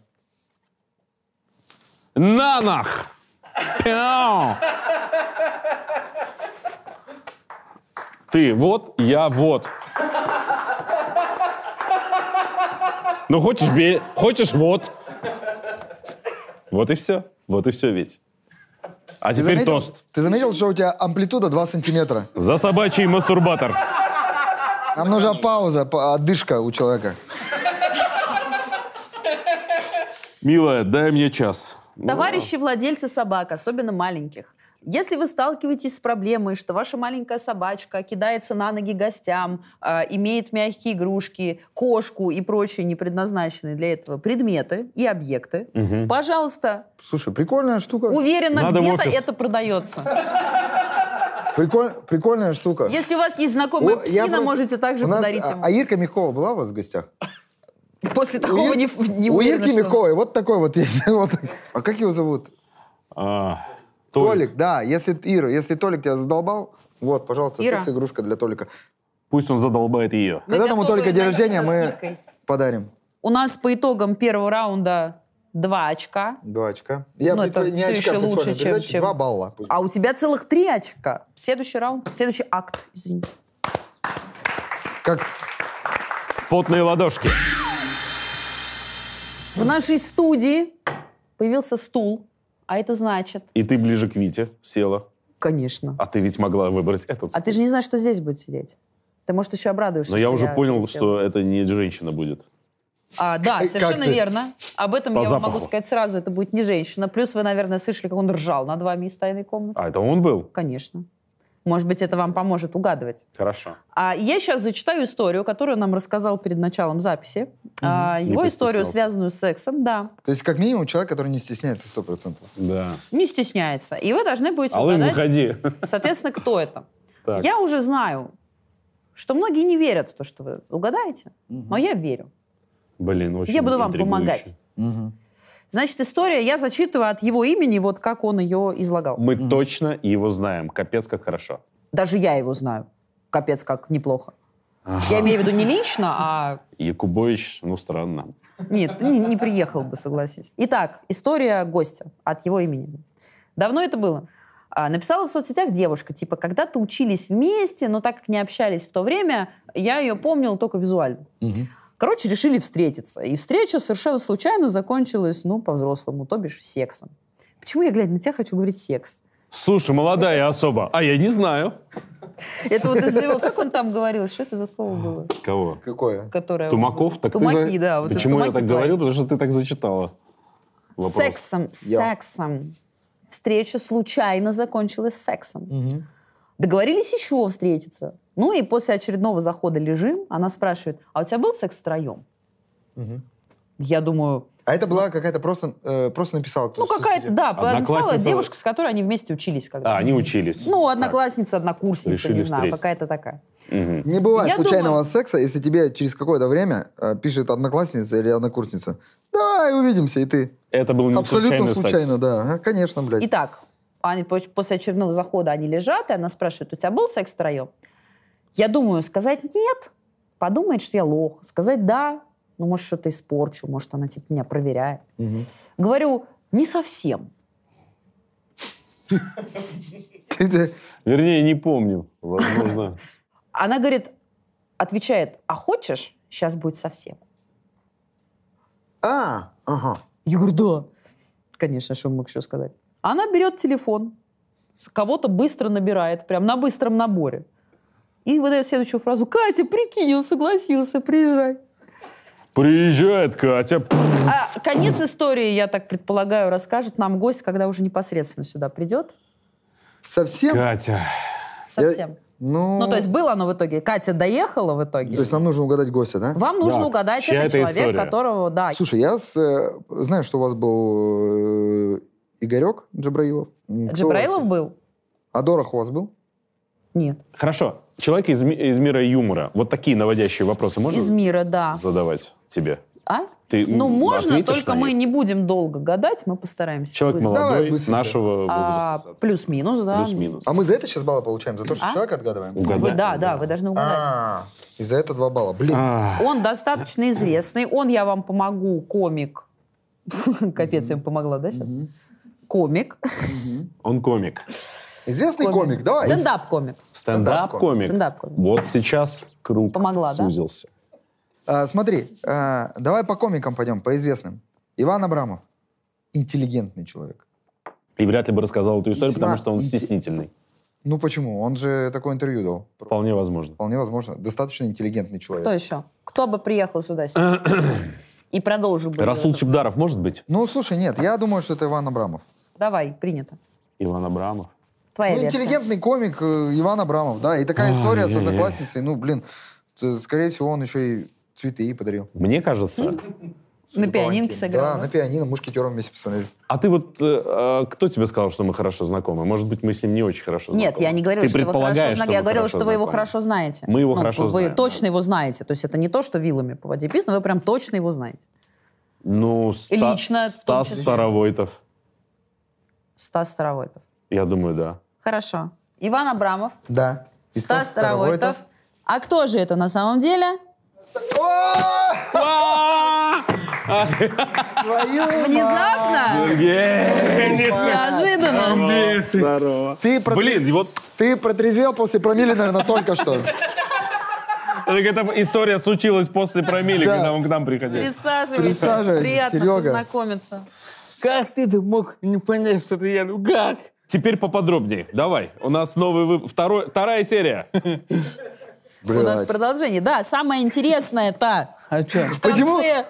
Speaker 4: Нанах! Пяу! Ты вот, я вот. Ну, хочешь бей, хочешь вот. Вот и все. Вот и все ведь. А
Speaker 2: Ты
Speaker 4: теперь
Speaker 2: заметил-
Speaker 4: тост.
Speaker 2: Ты заметил, что у тебя амплитуда 2 сантиметра?
Speaker 4: За собачий мастурбатор.
Speaker 2: Нам нужна пауза, па- отдышка у человека.
Speaker 4: Милая, дай мне час.
Speaker 1: Товарищи владельцы собак, особенно маленьких, если вы сталкиваетесь с проблемой, что ваша маленькая собачка кидается на ноги гостям, э, имеет мягкие игрушки, кошку и прочие непредназначенные для этого предметы и объекты,
Speaker 4: Мгм.
Speaker 1: пожалуйста,
Speaker 2: Слушай, прикольная штука.
Speaker 1: уверенно,
Speaker 4: Надо в
Speaker 1: где-то
Speaker 4: офис.
Speaker 1: это продается.
Speaker 2: Приколь- Прикольная штука.
Speaker 1: Если у вас есть знакомая
Speaker 2: О, я
Speaker 1: псина,
Speaker 2: просто-
Speaker 1: можете также
Speaker 2: у нас,
Speaker 1: подарить
Speaker 2: а,
Speaker 1: ему.
Speaker 2: а Ирка Мягкова была у вас в гостях?
Speaker 1: После такого
Speaker 2: Ир-
Speaker 1: не, ф- не
Speaker 2: у
Speaker 1: уверена,
Speaker 2: Ирки
Speaker 1: что-
Speaker 2: Мягковой вот такой вот есть. вот. А как его зовут?
Speaker 4: А,
Speaker 2: Толик. да. Если, Ира, если Толик тебя задолбал, вот, пожалуйста,
Speaker 1: Ира.
Speaker 2: секс-игрушка для Толика.
Speaker 4: Пусть он задолбает ее.
Speaker 1: Мы
Speaker 2: Когда там у
Speaker 1: готовы
Speaker 2: Толика день
Speaker 1: на это
Speaker 2: рождения,
Speaker 1: со
Speaker 2: мы
Speaker 1: скидкой.
Speaker 2: подарим.
Speaker 1: У нас по итогам первого раунда два очка.
Speaker 2: Два очка. Я
Speaker 1: Ну,
Speaker 2: при-
Speaker 1: это
Speaker 2: не
Speaker 1: всё
Speaker 2: очка
Speaker 1: ещё
Speaker 2: в сексуальной
Speaker 1: лучше, чем-
Speaker 2: передаче,
Speaker 1: чем-
Speaker 2: два балла.
Speaker 1: А у тебя целых три очка. Следующий раунд, следующий акт, извините.
Speaker 2: Как
Speaker 4: Потные ладошки.
Speaker 1: В нашей студии появился стул, а это значит...
Speaker 4: И ты ближе к Вите села.
Speaker 1: Конечно.
Speaker 4: А ты ведь могла выбрать этот.
Speaker 1: А ты же не знаешь, что здесь будет сидеть. Ты, может, еще обрадуешься.
Speaker 4: Но Ну, я
Speaker 1: что
Speaker 4: уже понял,
Speaker 1: села.
Speaker 4: что это не женщина будет.
Speaker 1: А, да,
Speaker 2: Как
Speaker 1: совершенно
Speaker 2: ты?
Speaker 1: верно. Об этом
Speaker 4: По
Speaker 1: я вам
Speaker 4: запаху.
Speaker 1: могу сказать сразу. Это будет не женщина. Плюс вы, наверное, слышали, как он ржал над вами из тайной комнаты.
Speaker 4: А это он был?
Speaker 1: Конечно. Может быть, это вам поможет угадывать.
Speaker 4: Хорошо.
Speaker 1: А я сейчас зачитаю историю, которую нам рассказал перед началом записи. А,
Speaker 4: Не
Speaker 1: его историю,
Speaker 4: постеснялся.
Speaker 1: связанную с сексом, да.
Speaker 2: То есть, как минимум, человек, который не стесняется 100%.
Speaker 4: Да.
Speaker 1: не стесняется. И вы должны будете
Speaker 4: Алым,
Speaker 1: угадать,
Speaker 4: выходи.
Speaker 1: соответственно, кто это.
Speaker 4: Так.
Speaker 1: Я уже знаю, что многие не верят в то, что вы угадаете, но я верю.
Speaker 4: Блин, очень
Speaker 1: Я буду вам
Speaker 4: интригующе.
Speaker 1: помогать.
Speaker 2: Мгм.
Speaker 1: Значит, история я зачитываю от его имени, вот как он ее излагал.
Speaker 4: Мы точно его знаем. Капец, как хорошо.
Speaker 1: Даже я его знаю. Капец, как неплохо. Я имею в виду не лично, а...
Speaker 4: Якубович, ну странно.
Speaker 1: Нет, не, не приехал бы, согласись. Итак, история гостя от его имени. Давно это было? А, Написала в соцсетях девушка, типа, когда-то учились вместе, но так как не общались в то время, я ее помнила только визуально.
Speaker 2: Мгм.
Speaker 1: Короче, решили встретиться. И встреча совершенно случайно закончилась, ну, по-взрослому, то бишь сексом. Почему я, глядя на тебя, хочу говорить секс?
Speaker 4: Слушай, молодая особа, а я не знаю.
Speaker 1: Это вот из-за его... Как он там говорил? Что это за слово было?
Speaker 4: Кого?
Speaker 2: Какое?
Speaker 1: Которое...
Speaker 4: Тумаков? Так ты
Speaker 1: Э, Тумаки,
Speaker 4: на-
Speaker 1: да. вот это
Speaker 4: Почему я
Speaker 1: тумаки
Speaker 4: так
Speaker 1: твои.
Speaker 4: говорил? Потому что ты так зачитала. Вопрос.
Speaker 1: Сексом,
Speaker 2: Я.
Speaker 1: сексом. Встреча случайно закончилась сексом.
Speaker 2: Мгм.
Speaker 1: Договорились еще встретиться. Ну и после очередного захода лежим, она спрашивает, а у тебя был секс втроем?
Speaker 2: Мгм.
Speaker 1: Я думаю,
Speaker 2: А это была какая-то просто, э, просто написала. кто-то
Speaker 1: ну
Speaker 2: в
Speaker 1: какая-то,
Speaker 2: соцсетях.
Speaker 1: да, написала
Speaker 4: Одноклассница-
Speaker 1: девушка, с которой они вместе учились когда
Speaker 4: А, они учились.
Speaker 1: Ну, одноклассница, однокурсница,
Speaker 4: Решили
Speaker 1: не знаю,
Speaker 4: встретиться.
Speaker 1: какая-то такая.
Speaker 4: Так. А, Мгм.
Speaker 2: Не бывает
Speaker 1: Я
Speaker 2: случайного
Speaker 1: думаю-
Speaker 2: секса, если тебе через какое-то время э, пишет одноклассница или однокурсница. Давай увидимся, и ты.
Speaker 4: Это был не
Speaker 2: Абсолютно
Speaker 4: случайный
Speaker 2: случайно,
Speaker 4: секс.
Speaker 2: да. Ага, конечно, блядь.
Speaker 1: Итак, они по- после очередного захода они лежат, и она спрашивает, у тебя был секс втроем? Я думаю, сказать нет, подумает, что я лох. Сказать да, ну, может, что-то испорчу, может, она типа меня проверяет.
Speaker 2: Мгм.
Speaker 1: Говорю, не совсем.
Speaker 2: Ты- ты-
Speaker 4: Вернее, не помню. Возможно.
Speaker 1: Она говорит, отвечает, а хочешь, сейчас будет совсем.
Speaker 2: А, ага.
Speaker 1: Я говорю, да. Конечно, что он мог еще сказать. Она берет телефон, с- кого-то быстро набирает, прям на быстром наборе. И выдает следующую фразу. Катя, прикинь, он согласился, приезжай.
Speaker 4: Приезжает Катя. Пф.
Speaker 1: А конец истории, я так предполагаю, расскажет нам гость, когда уже непосредственно сюда придет.
Speaker 2: Совсем?
Speaker 4: Катя.
Speaker 1: Совсем.
Speaker 2: Ну,
Speaker 1: Ну, то есть было оно в итоге. Катя доехала в итоге.
Speaker 2: то есть нам нужно угадать гостя, да?
Speaker 1: Вам нужно
Speaker 4: Да.
Speaker 1: угадать,
Speaker 4: Чья
Speaker 1: это
Speaker 4: это
Speaker 1: человек,
Speaker 4: история?
Speaker 1: которого, да.
Speaker 2: Слушай, я с, э, знаю, что у вас был э, Игорек Джабраилов. М, кто у
Speaker 1: Джабраилов
Speaker 2: вас?
Speaker 1: был?
Speaker 2: Адорах у вас был?
Speaker 1: Нет.
Speaker 4: Хорошо. Человек из, ми- из мира юмора. Вот такие наводящие вопросы можно
Speaker 1: Из мира, да.
Speaker 4: задавать тебе?
Speaker 1: А?
Speaker 4: Ты
Speaker 1: Ну,
Speaker 4: м,
Speaker 1: можно,
Speaker 4: ответишь
Speaker 1: только
Speaker 4: на
Speaker 1: мы
Speaker 4: них?
Speaker 1: не будем долго гадать, мы постараемся.
Speaker 4: Человек
Speaker 1: быстро.
Speaker 2: Давай
Speaker 4: молодой,
Speaker 2: быстренько.
Speaker 4: нашего
Speaker 1: А,
Speaker 4: возраста.
Speaker 1: Плюс-минус, да.
Speaker 4: Плюс-минус.
Speaker 2: А мы за это сейчас баллы получаем? За то, что
Speaker 1: А?
Speaker 2: человека отгадываем?
Speaker 4: Угадать.
Speaker 1: Вы, да, да, вы должны угадать.
Speaker 2: А, и за это два балла. Блин.
Speaker 4: А,
Speaker 1: Он достаточно известный, он, я вам помогу, комик. Капец, я им помогла, да, сейчас?
Speaker 2: Мгм.
Speaker 1: комик.
Speaker 4: Он комик.
Speaker 2: Известный комик, давай.
Speaker 1: Стендап-комик.
Speaker 4: Стендап-комик.
Speaker 1: Стендап-комик.
Speaker 4: Вот сейчас круг
Speaker 1: Помогла, да?
Speaker 4: сузился.
Speaker 2: А, смотри, а, давай по комикам пойдем, по известным. Иван Абрамов. Интеллигентный человек.
Speaker 4: И вряд ли бы рассказал эту историю,
Speaker 2: Весьма
Speaker 4: потому что он
Speaker 2: инте-
Speaker 4: стеснительный.
Speaker 2: Ну почему? Он же такое интервью дал.
Speaker 4: Вполне возможно.
Speaker 2: Вполне возможно. Достаточно интеллигентный человек.
Speaker 1: Кто еще? Кто бы приехал сюда с ним? И продолжил бы.
Speaker 4: Расул
Speaker 1: её.
Speaker 4: Чебдаров может быть?
Speaker 2: Ну, слушай, нет, я думаю, что это Иван Абрамов.
Speaker 1: Давай, принято.
Speaker 4: Иван Абрамов.
Speaker 1: Твоя
Speaker 2: ну,
Speaker 1: версия.
Speaker 2: интеллигентный комик э, Иван Абрамов, да. И такая
Speaker 4: А,
Speaker 2: история с
Speaker 4: е-е-е.
Speaker 2: одноклассницей. Ну, блин, т- скорее всего, он еще и цветы ей подарил.
Speaker 4: Мне кажется.
Speaker 1: На пианинке
Speaker 2: Паланькин.
Speaker 1: сыграл.
Speaker 2: Да,
Speaker 1: да?
Speaker 2: на пианино, мушкетером вместе посмотрели.
Speaker 4: А ты вот, э, а кто тебе сказал, что мы хорошо знакомы? Может быть, мы с ним не очень хорошо знакомы.
Speaker 1: Нет, я не говорила,
Speaker 4: Ты
Speaker 1: что вы хорошо
Speaker 4: предполагаешь,
Speaker 1: знаете. Я
Speaker 4: мы
Speaker 1: говорила,
Speaker 4: хорошо
Speaker 1: что вы его
Speaker 4: знакомы.
Speaker 1: хорошо знаете. Ну,
Speaker 4: Мы его хорошо
Speaker 1: вы
Speaker 4: знаем,
Speaker 1: точно его знаете. То есть это не то, что вилами по воде писано, вы прям точно его знаете.
Speaker 4: Ну, Ста-
Speaker 1: лично, в том
Speaker 4: Стас
Speaker 1: числе.
Speaker 4: Старовойтов.
Speaker 1: Стас Старовойтов.
Speaker 4: Я думаю, да.
Speaker 1: Хорошо. Иван Абрамов,
Speaker 2: Да. И
Speaker 1: Стас Старовойтов. А кто же это на самом деле? Внезапно? Неожиданно.
Speaker 4: Здорово.
Speaker 2: Ты, протр-
Speaker 4: Блин, вот
Speaker 2: ты протрезвел после промили, наверное, только что.
Speaker 4: так э, эта история случилась после промили,
Speaker 2: Да.
Speaker 4: когда он к нам приходил.
Speaker 1: Присаживайся.
Speaker 2: Присаживайся,
Speaker 1: Приятно
Speaker 2: Серега.
Speaker 1: познакомиться.
Speaker 5: Как ты ты мог не понять, что это я? Ну как?
Speaker 4: Теперь поподробнее. Давай. У нас новый вып- второй, вторая серия.
Speaker 1: У нас
Speaker 2: Блядь.
Speaker 1: продолжение. Да, самое интересное это
Speaker 5: А что?
Speaker 1: в конце.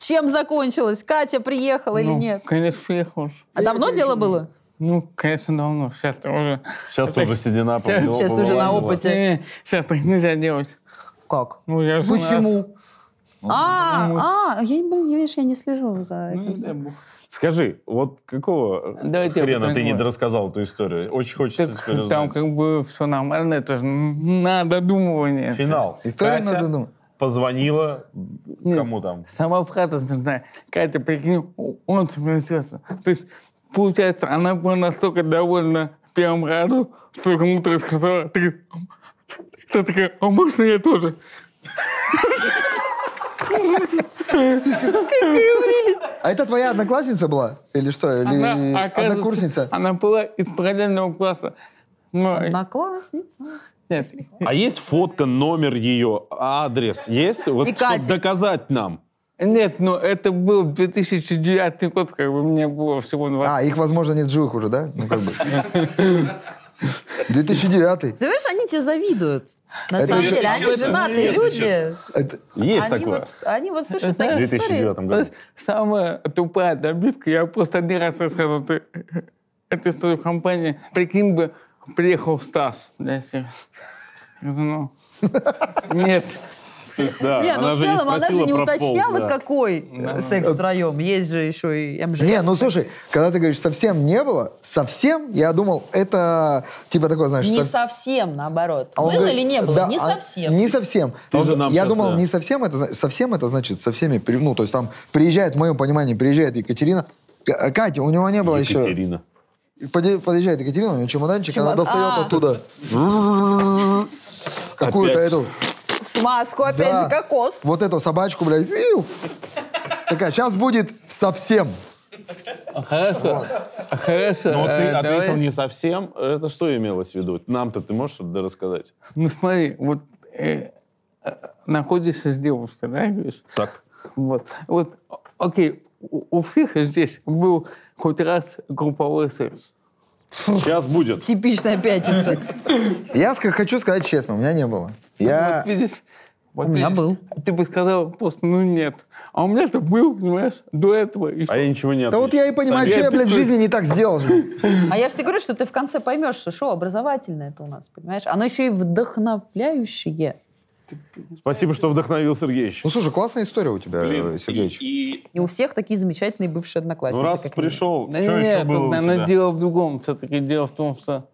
Speaker 1: Чем закончилось? Катя приехала
Speaker 2: Ну.
Speaker 1: или нет?
Speaker 5: Ну, конечно, приехал.
Speaker 1: А давно дело было?
Speaker 5: Ну, конечно, давно. Сейчас ты уже...
Speaker 4: Сейчас тоже седина.
Speaker 5: Сейчас-
Speaker 4: помнила,
Speaker 1: сейчас уже на
Speaker 4: повылазила.
Speaker 1: опыте. Хотя-
Speaker 5: Не, Э, сейчас так нельзя делать.
Speaker 1: Как?
Speaker 5: Ну, я же
Speaker 1: Почему?
Speaker 2: Ну,
Speaker 1: А, а, я не, блин, я, видишь, я не слежу за этим.
Speaker 4: Скажи, вот какого э,
Speaker 5: Давайте я
Speaker 4: хрена ты
Speaker 5: попробую.
Speaker 4: не дорассказал эту историю? Очень хочется
Speaker 5: Так,
Speaker 4: теперь
Speaker 5: там
Speaker 4: узнать.
Speaker 5: как бы все нормально, это же на додумывание.
Speaker 4: Финал.
Speaker 2: История
Speaker 4: Катя
Speaker 2: надо, ну.
Speaker 4: позвонила кому там?
Speaker 5: Сама фраза смешная. Катя, прикинь, он смеется. То есть, получается, она была настолько довольна в первом году, что кому-то сказала, ты, ты такая, а можно я тоже?
Speaker 2: А это твоя одноклассница была? Или что? Или
Speaker 5: Она, оказывается,
Speaker 2: однокурсница?
Speaker 5: Она была из параллельного класса. Но,
Speaker 1: Одноклассница.
Speaker 5: нет,
Speaker 4: А есть фотка, номер ее, а адрес есть? Вот
Speaker 1: И
Speaker 4: чтоб
Speaker 1: Катя.
Speaker 4: доказать нам.
Speaker 5: нет, но это был 2009 год, как бы мне было всего 20.
Speaker 2: А, их, возможно, нет в живых уже, да? Ну, как бы. 2009
Speaker 1: Ты понимаешь, они тебе завидуют. На
Speaker 2: Это
Speaker 1: самом
Speaker 2: если
Speaker 1: деле, они
Speaker 4: честно,
Speaker 1: женатые
Speaker 4: если
Speaker 1: люди.
Speaker 2: Это-
Speaker 4: Есть
Speaker 1: Они
Speaker 4: такое.
Speaker 1: вот, они вот слышат
Speaker 5: В
Speaker 4: В
Speaker 1: такие истории.
Speaker 4: 2009 году.
Speaker 5: Самая тупая добивка, я просто один раз рассказывал ты, эту историю в компании. Прикинь бы, приехал Стас. блядь, я- я думал, Нет.
Speaker 4: То есть, да,
Speaker 1: Не,
Speaker 4: она
Speaker 1: ну в
Speaker 4: же не
Speaker 1: целом она же
Speaker 4: спросила
Speaker 1: не
Speaker 4: про пол,
Speaker 1: уточняла,
Speaker 4: да.
Speaker 1: какой э, секс втроем. Есть же еще и МЖ.
Speaker 2: Не, ну слушай, когда ты говоришь совсем не было, совсем, я думал, это типа такое, знаешь,
Speaker 1: Не
Speaker 2: сов-
Speaker 1: совсем, наоборот.
Speaker 2: А он
Speaker 1: Было
Speaker 2: говорит,
Speaker 1: или не было?
Speaker 2: да,
Speaker 1: не
Speaker 2: а,
Speaker 1: совсем.
Speaker 2: Не совсем. А Он-
Speaker 4: же нам
Speaker 2: я
Speaker 4: щас,
Speaker 2: думал,
Speaker 4: да.
Speaker 2: не совсем это зна- совсем это значит со всеми, при- ну то есть там приезжает, в моем понимании, приезжает Екатерина. К- а, Катя, у него не было еще.
Speaker 4: Екатерина.
Speaker 2: Поди- Подъезжает Екатерина, у нее чемоданчик, она достает
Speaker 1: А.
Speaker 2: оттуда
Speaker 4: Ну,
Speaker 2: какую-то
Speaker 4: Опять.
Speaker 2: эту,
Speaker 1: Смазку, опять
Speaker 2: Да.
Speaker 1: же, кокос.
Speaker 2: вот эту собачку, блядь. Иу. Такая, сейчас будет совсем.
Speaker 5: А Хорошо. а Хорошо.
Speaker 4: Но ты
Speaker 5: э, давай.
Speaker 4: ответил не совсем. Это что имелось в виду? Нам-то ты можешь это рассказать?
Speaker 5: Ну смотри, вот э, э, находишься с девушкой, да, и говоришь,
Speaker 4: Так.
Speaker 5: вот, вот, о- окей, у, у всех здесь был хоть раз групповой секс.
Speaker 4: Сейчас будет.
Speaker 1: Типичная пятница.
Speaker 2: Я ска- хочу сказать честно, у меня не было. Я...
Speaker 4: Ну,
Speaker 5: Вот видишь, вот
Speaker 1: меня
Speaker 5: видишь,
Speaker 1: был.
Speaker 5: Ты бы сказал просто, ну нет. А у меня-то был, понимаешь, до этого еще.
Speaker 4: А я ничего не
Speaker 2: Да
Speaker 4: отвечу.
Speaker 2: вот я и понимаю,
Speaker 4: Сами-
Speaker 2: что я, блядь, в жизни не так сделал же.
Speaker 1: А я же тебе говорю, что ты в конце поймешь, что шоу образовательное это у нас, понимаешь? Оно еще и вдохновляющее.
Speaker 4: Спасибо, что вдохновил Сергеевич.
Speaker 2: Ну, слушай, классная история у тебя,
Speaker 4: Блин,
Speaker 2: э, Сергеевич.
Speaker 4: и- и-
Speaker 1: И у всех такие замечательные бывшие одноклассницы.
Speaker 4: Ну, раз
Speaker 1: как
Speaker 4: пришел,
Speaker 5: Да
Speaker 4: что
Speaker 5: не,
Speaker 4: еще
Speaker 5: тут,
Speaker 4: было у
Speaker 5: наверное,
Speaker 4: тебя?
Speaker 5: дело в другом все-таки. Дело в том, что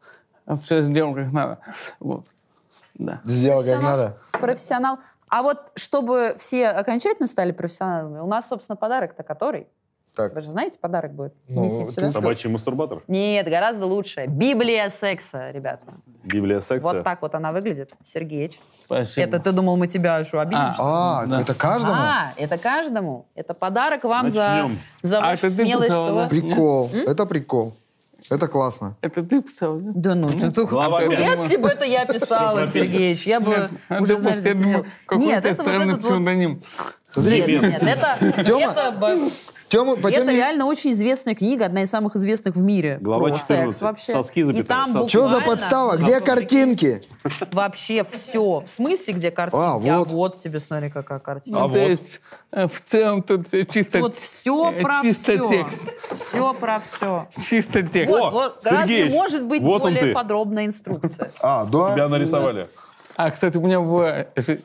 Speaker 5: все сделал как надо. Вот. Да.
Speaker 2: Сделал как
Speaker 1: Профессионал.
Speaker 2: надо.
Speaker 1: минимум. Профессионал. А вот чтобы все окончательно стали профессионалами, у нас, собственно, подарок-то который?
Speaker 2: Так.
Speaker 1: Вы же знаете, подарок будет.
Speaker 2: Ну,
Speaker 1: Несите
Speaker 2: ты
Speaker 1: сюда.
Speaker 2: ск-
Speaker 4: Собачий мастурбатор?
Speaker 1: Нет, гораздо лучше. Библия секса, ребята.
Speaker 4: Библия секса?
Speaker 1: Вот так вот она выглядит, Сергеич.
Speaker 5: Спасибо.
Speaker 1: Это ты думал, мы тебя что, обидим?
Speaker 5: А,
Speaker 1: что ли?
Speaker 2: А,
Speaker 5: Да.
Speaker 2: это каждому?
Speaker 1: А, это каждому. Это подарок вам за,
Speaker 4: Начнем.
Speaker 1: за
Speaker 5: А,
Speaker 1: вашу
Speaker 5: это ты
Speaker 1: смелость.
Speaker 5: писала,
Speaker 1: что вы-
Speaker 5: да?
Speaker 2: Прикол. Это прикол. Это классно.
Speaker 5: Это ты писал, да?
Speaker 1: Да ну, ты только-
Speaker 4: Глава
Speaker 1: Как-
Speaker 4: пятая.
Speaker 1: Если бы это я писала,
Speaker 4: Глава пятая.
Speaker 1: Сергеевич, я бы
Speaker 5: А
Speaker 1: уже,
Speaker 5: ты
Speaker 1: знаешь,
Speaker 5: просто, я думал,
Speaker 1: засидела. Нет,
Speaker 5: какой-то
Speaker 1: это вот
Speaker 5: странный
Speaker 1: этот вот...
Speaker 5: псевдоним.
Speaker 2: Смотри,
Speaker 1: Нет, нет, это,
Speaker 2: Тёма?
Speaker 1: это, б-
Speaker 2: Тема, по
Speaker 1: это
Speaker 2: теме-
Speaker 1: реально очень известная книга, одна из самых известных в мире.
Speaker 4: Глава
Speaker 1: про
Speaker 4: 14.
Speaker 1: секс вообще.
Speaker 4: Соски,
Speaker 1: И
Speaker 4: запятая,
Speaker 1: там
Speaker 4: соски.
Speaker 2: Что за
Speaker 1: буквально
Speaker 2: подстава? Где картинки?
Speaker 1: Вообще все. В смысле, где картинки?
Speaker 2: А,
Speaker 1: А,
Speaker 2: вот.
Speaker 1: вот, тебе смотри, какая картина.
Speaker 4: А
Speaker 5: Ну,
Speaker 4: вот.
Speaker 5: То есть э, в целом тут э, чисто,
Speaker 1: Тут все
Speaker 5: э,
Speaker 1: про
Speaker 5: чисто
Speaker 1: все.
Speaker 5: текст.
Speaker 1: Все про все.
Speaker 5: Чисто текст.
Speaker 1: Вот,
Speaker 4: О,
Speaker 1: вот разве
Speaker 4: Сергеич,
Speaker 1: может быть
Speaker 4: вот он
Speaker 1: более
Speaker 4: ты.
Speaker 1: подробная инструкция?
Speaker 2: А, да.
Speaker 4: Тебя нарисовали.
Speaker 5: А, кстати, у меня была... э, э,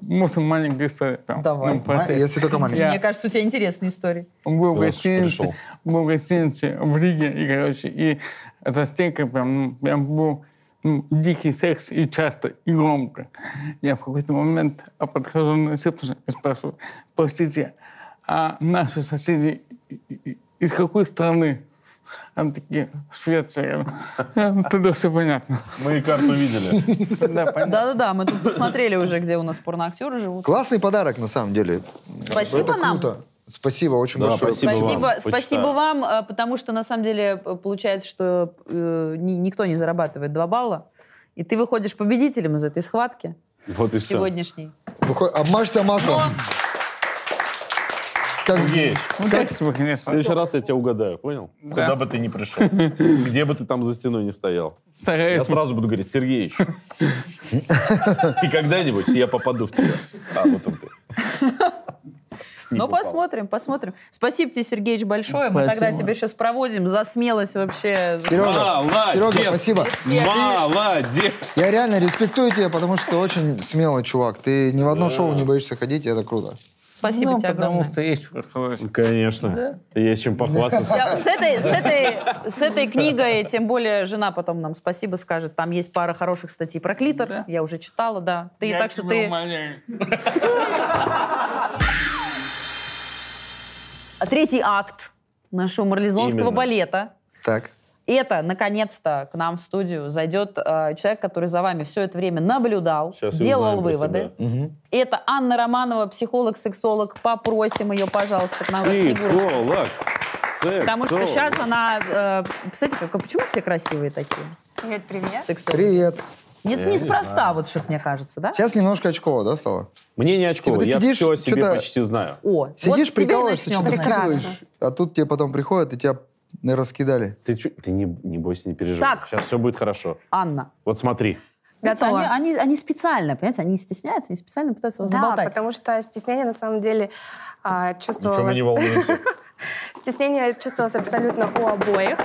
Speaker 5: Можно маленькая история? Там,
Speaker 1: Давай.
Speaker 5: ну, про
Speaker 2: Ма-
Speaker 5: секс.
Speaker 2: Если только маленький.
Speaker 5: Я-
Speaker 1: Мне кажется, у тебя интересные истории.
Speaker 5: Он был
Speaker 4: Да,
Speaker 5: в
Speaker 4: пришел.
Speaker 5: гостинице, был в гостинице в Риге, и, короче, и за стенкой прям, ну, прям был ну, дикий секс, и часто, и громко. Я в какой-то момент а подхожу на ресепшн и спрашиваю, простите, а наши соседи и- и- из какой страны? Они такие, Швеция. Я говорю, «Ну, Тогда все понятно.
Speaker 4: Мы и карту видели.
Speaker 5: Тогда понятно.
Speaker 1: Да-да-да, мы тут посмотрели уже, где у нас порноактеры живут.
Speaker 2: Классный подарок, на самом деле.
Speaker 1: Спасибо
Speaker 2: Ну, это
Speaker 1: нам.
Speaker 2: круто. Спасибо, очень
Speaker 4: Да,
Speaker 2: большое.
Speaker 4: спасибо вам.
Speaker 1: Спасибо,
Speaker 4: Почитаю.
Speaker 1: спасибо вам, э, потому что на самом деле э, получается, что э, ни- никто не зарабатывает 2 балла. И ты выходишь победителем из этой схватки
Speaker 4: Вот и все.
Speaker 1: сегодняшней.
Speaker 2: Выход- Обмажься маслом. Как...
Speaker 4: Сергеевич,
Speaker 5: Ну, так себе,
Speaker 4: в
Speaker 5: конечно.
Speaker 4: следующий раз я тебя угадаю, понял? Куда бы ты ни пришел, где бы ты там за стеной не стоял. Я
Speaker 5: Стараюсь.
Speaker 4: сразу буду говорить, Сергеевич. И когда-нибудь я попаду в тебя. А, вот он ты. Не
Speaker 1: Но
Speaker 4: попал.
Speaker 1: Ну, посмотрим, посмотрим. Спасибо тебе, Сергеевич, большое. Мы
Speaker 5: Спасибо.
Speaker 1: тогда тебя сейчас проводим за смелость вообще.
Speaker 2: Серега,
Speaker 4: Молодец!
Speaker 2: Серега, спасибо.
Speaker 1: Респект.
Speaker 4: Молодец!
Speaker 2: Я реально респектую тебя, потому что ты очень смелый чувак. Ты ни в одно шоу не боишься ходить, и это круто.
Speaker 1: Спасибо
Speaker 5: Ну,
Speaker 1: тебе
Speaker 5: потому
Speaker 1: огромное.
Speaker 5: что есть что рассказать.
Speaker 4: Конечно. Есть чем похвастаться.
Speaker 1: С этой, с, этой, с этой книгой, тем более, жена потом нам спасибо скажет. Там есть пара хороших статей про клитор. Я уже читала, да. Ты,
Speaker 5: Я
Speaker 1: так что
Speaker 5: тебя
Speaker 1: ты...
Speaker 5: умоляю.
Speaker 1: А третий акт нашего марлезонского
Speaker 4: Именно.
Speaker 1: балета.
Speaker 2: Так.
Speaker 1: И это, наконец-то, к нам в студию зайдет э, человек, который за вами все это время наблюдал,
Speaker 4: Сейчас и
Speaker 1: делал
Speaker 4: узнаем про
Speaker 1: выводы.
Speaker 4: себя.
Speaker 2: Мгм.
Speaker 1: Это Анна Романова, психолог-сексолог. Попросим ее, пожалуйста, к нам в Снегурочку.
Speaker 4: Психолог. Секс.
Speaker 1: Потому что сейчас она... э, Представляете, как, а почему все красивые такие?
Speaker 3: Привет, привет.
Speaker 1: Сексологи.
Speaker 2: Привет.
Speaker 1: Нет,
Speaker 4: Я не
Speaker 1: неспроста,
Speaker 4: знаю.
Speaker 1: вот что-то мне кажется, да?
Speaker 2: Сейчас немножко очково, да, стало?
Speaker 4: Мне не очково,
Speaker 2: Типа ты
Speaker 4: я
Speaker 2: сидишь,
Speaker 4: все о себе
Speaker 2: что-то-
Speaker 4: почти знаю.
Speaker 1: О, вот
Speaker 2: Сидишь,
Speaker 1: с тебя и
Speaker 2: прикалываешься,
Speaker 1: начнем.
Speaker 2: что-то
Speaker 3: Прекрасно.
Speaker 2: скидываешь, а тут тебе потом приходят, и тебя не раскидали.
Speaker 4: Ты, чё- ты не, не бойся, не переживай.
Speaker 1: Так.
Speaker 4: Сейчас все будет хорошо.
Speaker 1: Анна,
Speaker 4: Вот смотри.
Speaker 3: Готова.
Speaker 1: Они, они, они специально, понимаете, они стесняются, они специально пытаются вас
Speaker 3: Да,
Speaker 1: заболтать.
Speaker 3: потому что стеснение на самом деле а, чувствовалось.
Speaker 4: Ничего мы не волнуемся.
Speaker 3: Стеснение чувствовалось абсолютно у обоих.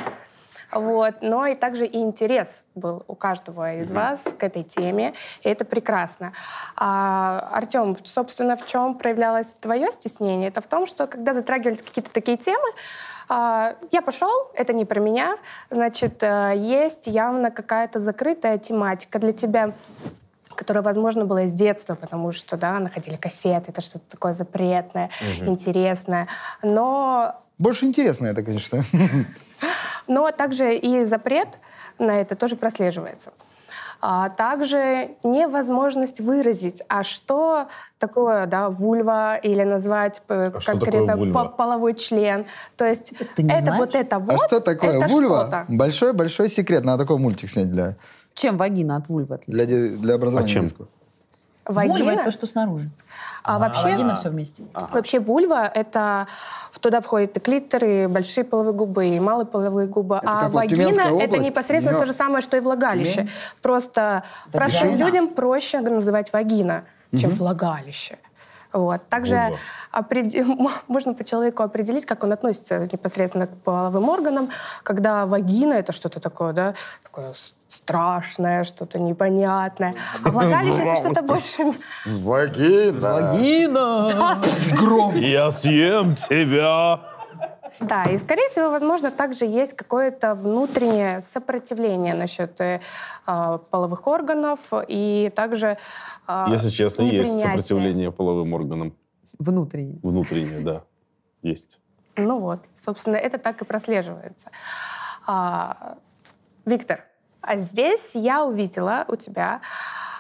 Speaker 3: Вот. Но и также и интерес был у каждого из вас к этой теме, и это прекрасно. А, Артем, собственно, в чем проявлялось твое стеснение? Это в том, что когда затрагивались какие-то такие темы, а, я пошел, это не про меня, значит, э, есть явно какая-то закрытая тематика для тебя которая, возможно, была из детства, потому что, да, находили кассеты, это что-то такое запретное, интересное. Но
Speaker 2: Больше интересно это, конечно. А
Speaker 3: но также и запрет на это тоже прослеживается. А также невозможность выразить, а что такое, да, вульва или назвать э,
Speaker 4: А что
Speaker 3: конкретно
Speaker 4: такое вульва?
Speaker 3: по- половой член. То есть
Speaker 1: Ты не
Speaker 3: это
Speaker 1: знаешь?
Speaker 3: вот это
Speaker 2: А
Speaker 3: вот.
Speaker 2: что такое
Speaker 3: это
Speaker 2: вульва?
Speaker 3: что-то.
Speaker 2: Большой-большой секрет. Надо такой мультик снять для,
Speaker 1: Чем вагина от вульвы отличается?
Speaker 2: для, де- для образования.
Speaker 4: А чем?
Speaker 2: детского.
Speaker 1: Вульва
Speaker 3: Вагина.
Speaker 1: это то, что снаружи.
Speaker 3: А вообще,
Speaker 1: Вагина все вместе.
Speaker 3: вообще вульва это в- туда входит и клитор, и большие половые губы, и малые половые губы.
Speaker 2: Это
Speaker 3: а
Speaker 2: как вот
Speaker 3: вагина
Speaker 2: Тюменская
Speaker 3: это
Speaker 2: область,
Speaker 3: непосредственно
Speaker 2: но-
Speaker 3: то же самое, что и влагалище. Просто простым
Speaker 1: Вагина.
Speaker 3: людям проще называть вагина, чем влагалище. Вот. Также
Speaker 4: Вульва.
Speaker 3: опред- м- можно по человеку определить, как он относится непосредственно к половым органам, когда вагина это что-то такое, да, такое с- страшное, что-то непонятное. А влагалище это что-то больше
Speaker 2: Вагина.
Speaker 4: Я съем тебя.
Speaker 3: Да, и, скорее всего, возможно, также есть какое-то внутреннее сопротивление насчет э, э, половых органов и также... э,
Speaker 4: Если честно, есть
Speaker 3: непринятие.
Speaker 4: сопротивление половым органам.
Speaker 1: Внутренне.
Speaker 4: Внутреннее, да. Есть.
Speaker 3: Ну вот, собственно, это так и прослеживается. А, Виктор, а здесь я увидела у тебя,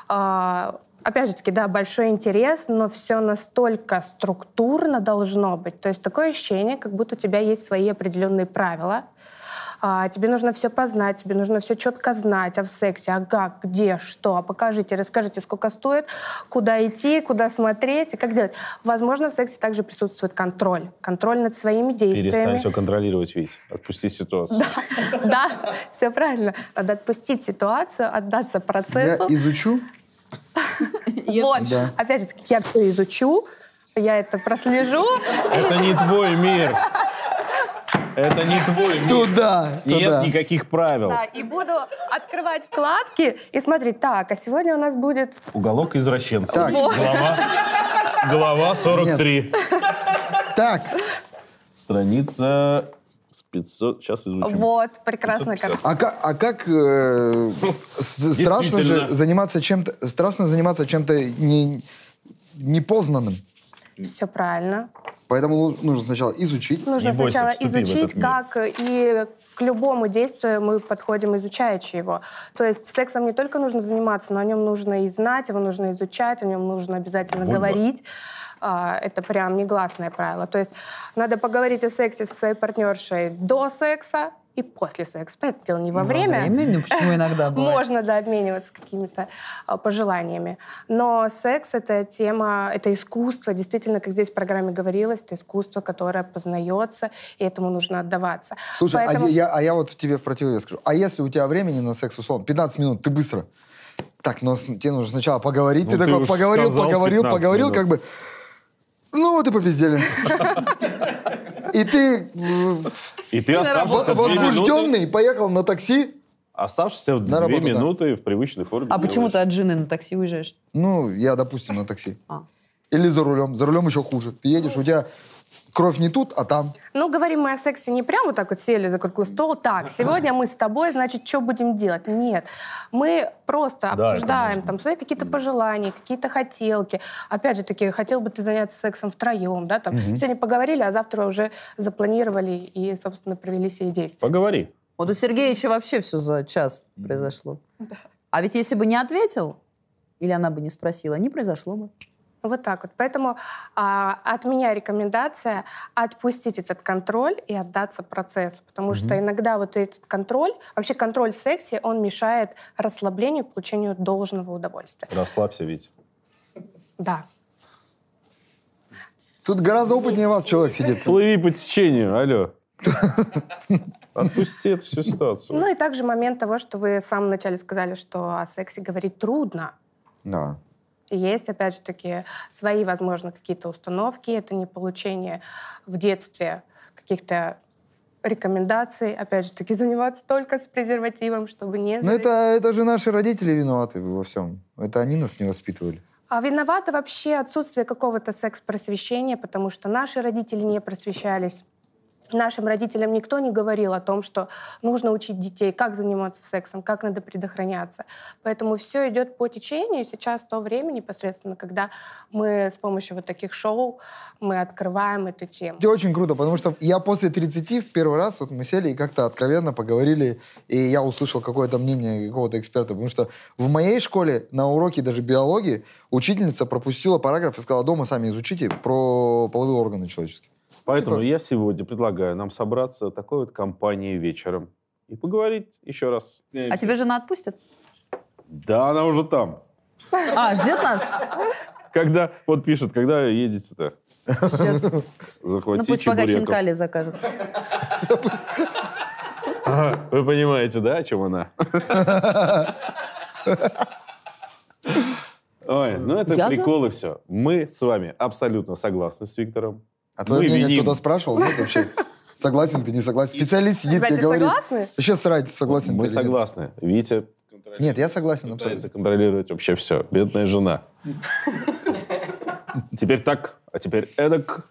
Speaker 3: а, опять же таки, да, большой интерес, но все настолько структурно должно быть. То есть такое ощущение, как будто у тебя есть свои определенные правила, а, тебе нужно все познать, тебе нужно все четко знать, а в сексе, а как, где, что, а покажите, расскажите, сколько стоит, куда идти, куда смотреть и как делать. Возможно, в сексе также присутствует контроль, контроль над своими
Speaker 4: Перестань
Speaker 3: действиями.
Speaker 4: все контролировать весь. Отпусти ситуацию.
Speaker 3: Да, все правильно. Надо отпустить ситуацию, отдаться
Speaker 2: Я
Speaker 3: процессу.
Speaker 2: изучу.
Speaker 3: Вот,
Speaker 2: Да.
Speaker 3: опять же таки, я все изучу, я это прослежу.
Speaker 4: Это не твой мир. Это не твой мир.
Speaker 2: Туда,
Speaker 4: Нет
Speaker 2: туда.
Speaker 4: никаких правил.
Speaker 3: Да, и буду открывать вкладки и смотреть, так, а сегодня у нас будет
Speaker 4: Уголок извращенца.
Speaker 2: Так.
Speaker 4: Глава, глава 43.
Speaker 2: Так,
Speaker 4: Страница с 500. Сейчас изучим.
Speaker 3: вот, прекрасно. как-
Speaker 4: 550.
Speaker 2: а как, а как э, с- страшно
Speaker 4: Действительно.
Speaker 2: же заниматься чем-то, страшно заниматься чем-то не, непознанным.
Speaker 3: Все правильно.
Speaker 2: Поэтому ну- нужно сначала изучить.
Speaker 3: Нужно
Speaker 4: Не бойся,
Speaker 3: сначала
Speaker 4: вступи в этот
Speaker 3: изучить,
Speaker 4: мир.
Speaker 3: как и к любому действию мы подходим, изучаючи его. То есть сексом не только нужно заниматься, но о нем нужно и знать, его нужно изучать, о нем нужно обязательно
Speaker 4: Вот да.
Speaker 3: говорить. А, Это прям негласное правило. То есть надо поговорить о сексе со своей партнершей до секса и после секса. Понятное дело, не во,
Speaker 1: Ну, почему иногда бывает?
Speaker 3: можно, да, обмениваться какими-то а, пожеланиями. Но секс — это тема, это искусство. Действительно, как здесь в программе говорилось, это искусство, которое познается, и этому нужно отдаваться.
Speaker 2: Слушай, а
Speaker 3: Поэтому-
Speaker 2: я, а я вот тебе в противовес скажу. А если у тебя времени на секс, условно, 15 минут, ты быстро. Так, но с- тебе нужно сначала поговорить.
Speaker 4: Ну,
Speaker 2: ты
Speaker 4: ты
Speaker 2: такой
Speaker 4: уж
Speaker 2: поговорил,
Speaker 4: сказал
Speaker 2: поговорил,
Speaker 4: 15
Speaker 2: поговорил,
Speaker 4: минут.
Speaker 2: как бы... Ну вот и попиздели. И ты э,
Speaker 4: И ты оставшиеся
Speaker 2: во-
Speaker 4: две минуты,
Speaker 2: возбужденный поехал на такси.
Speaker 4: оставшиеся в
Speaker 2: На
Speaker 4: две
Speaker 2: работу, да.
Speaker 4: минуты в привычной форме.
Speaker 1: А
Speaker 4: делаешь.
Speaker 1: почему ты от жены на такси уезжаешь?
Speaker 2: Ну, я, допустим, на такси.
Speaker 1: А.
Speaker 2: Или за рулем. За рулем еще хуже. Ты едешь, у тебя кровь не тут, а там.
Speaker 3: Ну, говорим мы о сексе не прямо вот так вот сели за круглый стол, так, сегодня мы с тобой, значит, что будем делать? Нет. Мы просто
Speaker 4: это
Speaker 3: обсуждаем
Speaker 4: можно.
Speaker 3: там свои какие-то пожелания, какие-то хотелки. Опять же таки, хотел бы ты заняться сексом втроем, да, там, сегодня поговорили, а завтра уже запланировали и, собственно, провели все действия.
Speaker 4: Поговори.
Speaker 1: Вот у Сергеевича вообще все за час произошло. А ведь если бы не ответил, или она бы не спросила, не произошло бы. А
Speaker 3: Вот так вот. Поэтому а, от меня рекомендация отпустить этот контроль и отдаться процессу. Потому что иногда вот этот контроль, вообще контроль в сексе, он мешает расслаблению, получению должного удовольствия.
Speaker 4: Расслабься, ведь.
Speaker 3: Да.
Speaker 2: Тут гораздо опытнее вас человек сидит.
Speaker 4: Плыви по течению, алло. Отпусти эту всю ситуацию.
Speaker 3: Ну и также момент того, что вы в самом начале сказали, что о сексе говорить трудно.
Speaker 2: Да.
Speaker 3: Есть, опять же таки, свои, возможно, какие-то установки. Это не получение в детстве каких-то рекомендаций. Опять же таки, заниматься только с презервативом, чтобы не...
Speaker 2: Ну
Speaker 3: завредить.
Speaker 2: это, это же наши родители виноваты во всем. Это они нас не воспитывали.
Speaker 3: А виновато вообще отсутствие какого-то секс-просвещения, потому что наши родители не просвещались. Нашим родителям никто не говорил о том, что нужно учить детей, как заниматься сексом, как надо предохраняться. Поэтому все идет по течению. Сейчас то время непосредственно, когда мы с помощью вот таких шоу мы открываем эту тему.
Speaker 2: Это очень круто, потому что я после 30 в первый раз вот мы сели и как-то откровенно поговорили, и я услышал какое-то мнение какого-то эксперта, потому что в моей школе на уроке даже биологии учительница пропустила параграф и сказала, дома сами изучите про половые органы человеческие.
Speaker 4: Поэтому я сегодня предлагаю нам собраться такой вот компанией вечером и поговорить еще раз.
Speaker 1: А тебя жена отпустит?
Speaker 4: Да, она уже там.
Speaker 1: А, ждет нас?
Speaker 4: Когда, вот пишет, когда едете-то?
Speaker 1: Ждет. Ну
Speaker 4: Захватить
Speaker 1: пусть пока
Speaker 4: чебуреков.
Speaker 1: хинкали закажет.
Speaker 4: Ага, Вы понимаете, да, о чем она? Ой, ну это
Speaker 1: Я за.
Speaker 4: приколы все. Мы с вами абсолютно согласны с Виктором.
Speaker 2: А твое
Speaker 4: Мы
Speaker 2: мнение
Speaker 4: виним.
Speaker 2: кто-то спрашивал? Нет вообще? Согласен ты, не согласен? Специалист сидит,
Speaker 3: Кстати,
Speaker 2: тебе говорит.
Speaker 3: согласны?
Speaker 2: Еще срать, согласен ты
Speaker 4: Мы
Speaker 2: или нет.
Speaker 4: согласны. Витя
Speaker 2: Нет, я согласен
Speaker 4: пытается
Speaker 2: абсолютно.
Speaker 4: контролировать вообще все. Бедная жена. Теперь так, а теперь эдак.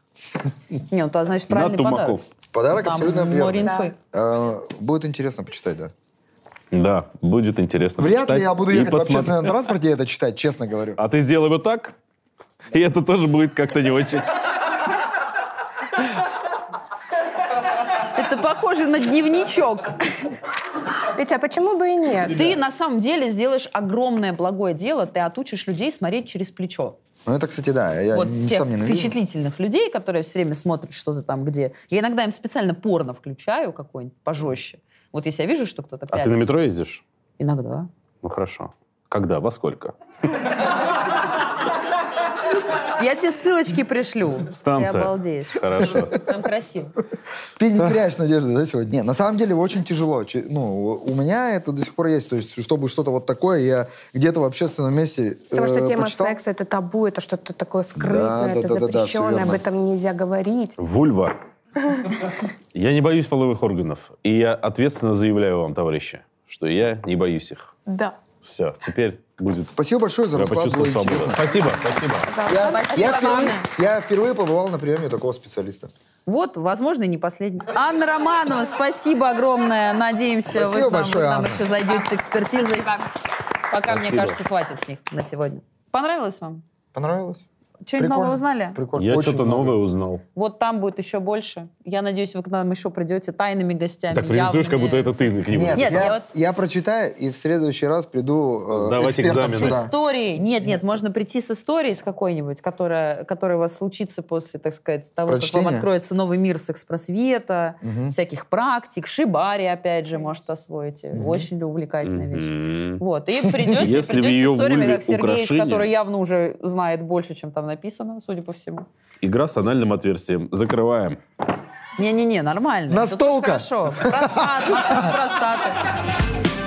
Speaker 1: Не, ну то, значит,
Speaker 4: На
Speaker 1: правильный подарок.
Speaker 4: Тумаков.
Speaker 2: Подарок
Speaker 1: Там
Speaker 2: абсолютно
Speaker 1: море
Speaker 2: верный.
Speaker 1: инфы.
Speaker 2: Э, Будет интересно почитать, да.
Speaker 4: Да, будет интересно
Speaker 2: Вряд
Speaker 4: почитать
Speaker 2: ли я буду
Speaker 4: и
Speaker 2: ехать в
Speaker 4: посмотреть.
Speaker 2: общественном транспорте и это читать, честно говорю.
Speaker 4: А ты сделай вот так, и это тоже будет как-то не очень.
Speaker 1: похоже на дневничок.
Speaker 3: Ведь а почему бы и нет?
Speaker 1: Ты на самом деле сделаешь огромное благое дело, ты отучишь людей смотреть через плечо.
Speaker 2: Ну, это, кстати, да, я
Speaker 1: вот
Speaker 2: не-
Speaker 1: тех
Speaker 2: сам ненавижу.
Speaker 1: впечатлительных людей, которые все время смотрят что-то там, где... Я иногда им специально порно включаю какое-нибудь пожестче. Вот если я вижу, что кто-то
Speaker 4: А ты на
Speaker 1: пялится.
Speaker 4: метро ездишь?
Speaker 1: Иногда.
Speaker 4: Ну хорошо. Когда? Во сколько?
Speaker 1: Я тебе ссылочки пришлю. Ты
Speaker 4: Станция.
Speaker 1: обалдеешь.
Speaker 4: Хорошо.
Speaker 1: Там красиво.
Speaker 2: Ты не теряешь надежды, да, сегодня? Не, на самом деле очень тяжело. Че- Ну, у меня это до сих пор есть. То есть, чтобы что-то вот такое, я где-то в общественном месте
Speaker 3: Потому что
Speaker 2: э,
Speaker 3: тема
Speaker 2: почитал.
Speaker 3: секса это табу, это что-то такое
Speaker 2: Да,
Speaker 3: скрытное,
Speaker 2: да,
Speaker 3: это
Speaker 2: да, да, да, всё
Speaker 3: запрещенное, об
Speaker 2: верно.
Speaker 3: этом нельзя говорить.
Speaker 4: Вульва. Я не боюсь половых органов. И я ответственно заявляю вам, товарищи, что я не боюсь их.
Speaker 3: Да.
Speaker 4: Все, теперь будет...
Speaker 2: Спасибо большое за
Speaker 4: Я
Speaker 2: расклад.
Speaker 4: почувствовал
Speaker 2: было
Speaker 4: свободу.
Speaker 2: интересно.
Speaker 4: Спасибо, спасибо.
Speaker 2: Я, я впервые,
Speaker 1: главное.
Speaker 2: я впервые побывал на приеме такого специалиста.
Speaker 1: Вот, возможно, и не последний. Анна Романова, спасибо огромное. Надеемся, вы
Speaker 2: Спасибо
Speaker 1: к нам,
Speaker 2: большое,
Speaker 1: вы к нам
Speaker 2: Анна.
Speaker 1: еще зайдете с экспертизой. Пока, мне
Speaker 4: Спасибо.
Speaker 1: кажется, хватит с них на сегодня. Понравилось вам?
Speaker 2: Понравилось?
Speaker 1: Что-нибудь новое
Speaker 2: Прикольно.
Speaker 1: узнали?
Speaker 2: Прикольно.
Speaker 4: Я
Speaker 2: Очень
Speaker 4: что-то
Speaker 2: много.
Speaker 4: новое узнал.
Speaker 1: Вот там будет еще больше. Я надеюсь, вы к нам еще придете тайными гостями.
Speaker 4: Так презентуешь, как
Speaker 1: явными.
Speaker 4: будто это ты к нему.
Speaker 2: Нет,
Speaker 1: Нет,
Speaker 2: я,
Speaker 1: я вот-
Speaker 2: я прочитаю и в следующий раз приду э,
Speaker 4: Сдавать
Speaker 2: экспертом
Speaker 4: экзамены.
Speaker 1: С
Speaker 2: сюда.
Speaker 1: историей. Нет, нет, можно прийти с историей с какой-нибудь, которая, которая у вас случится после, так сказать, того, как вам
Speaker 2: Прочтения?
Speaker 1: откроется новый мир секс-просвета, всяких практик, шибари, опять же, может, освоите. Очень увлекательная вещь.
Speaker 4: М.
Speaker 1: Вот, и придете,
Speaker 4: Если в
Speaker 1: придете
Speaker 4: ее
Speaker 1: с историями,
Speaker 4: вульве
Speaker 1: как Сергеевич,
Speaker 4: украшение.
Speaker 1: который явно уже знает больше, чем там написано, судя по всему.
Speaker 4: Игра с анальным отверстием. Закрываем.
Speaker 1: Не-не-не, нормально. Тут
Speaker 2: Настолка.
Speaker 1: очень Хорошо. Простат, массаж простаты.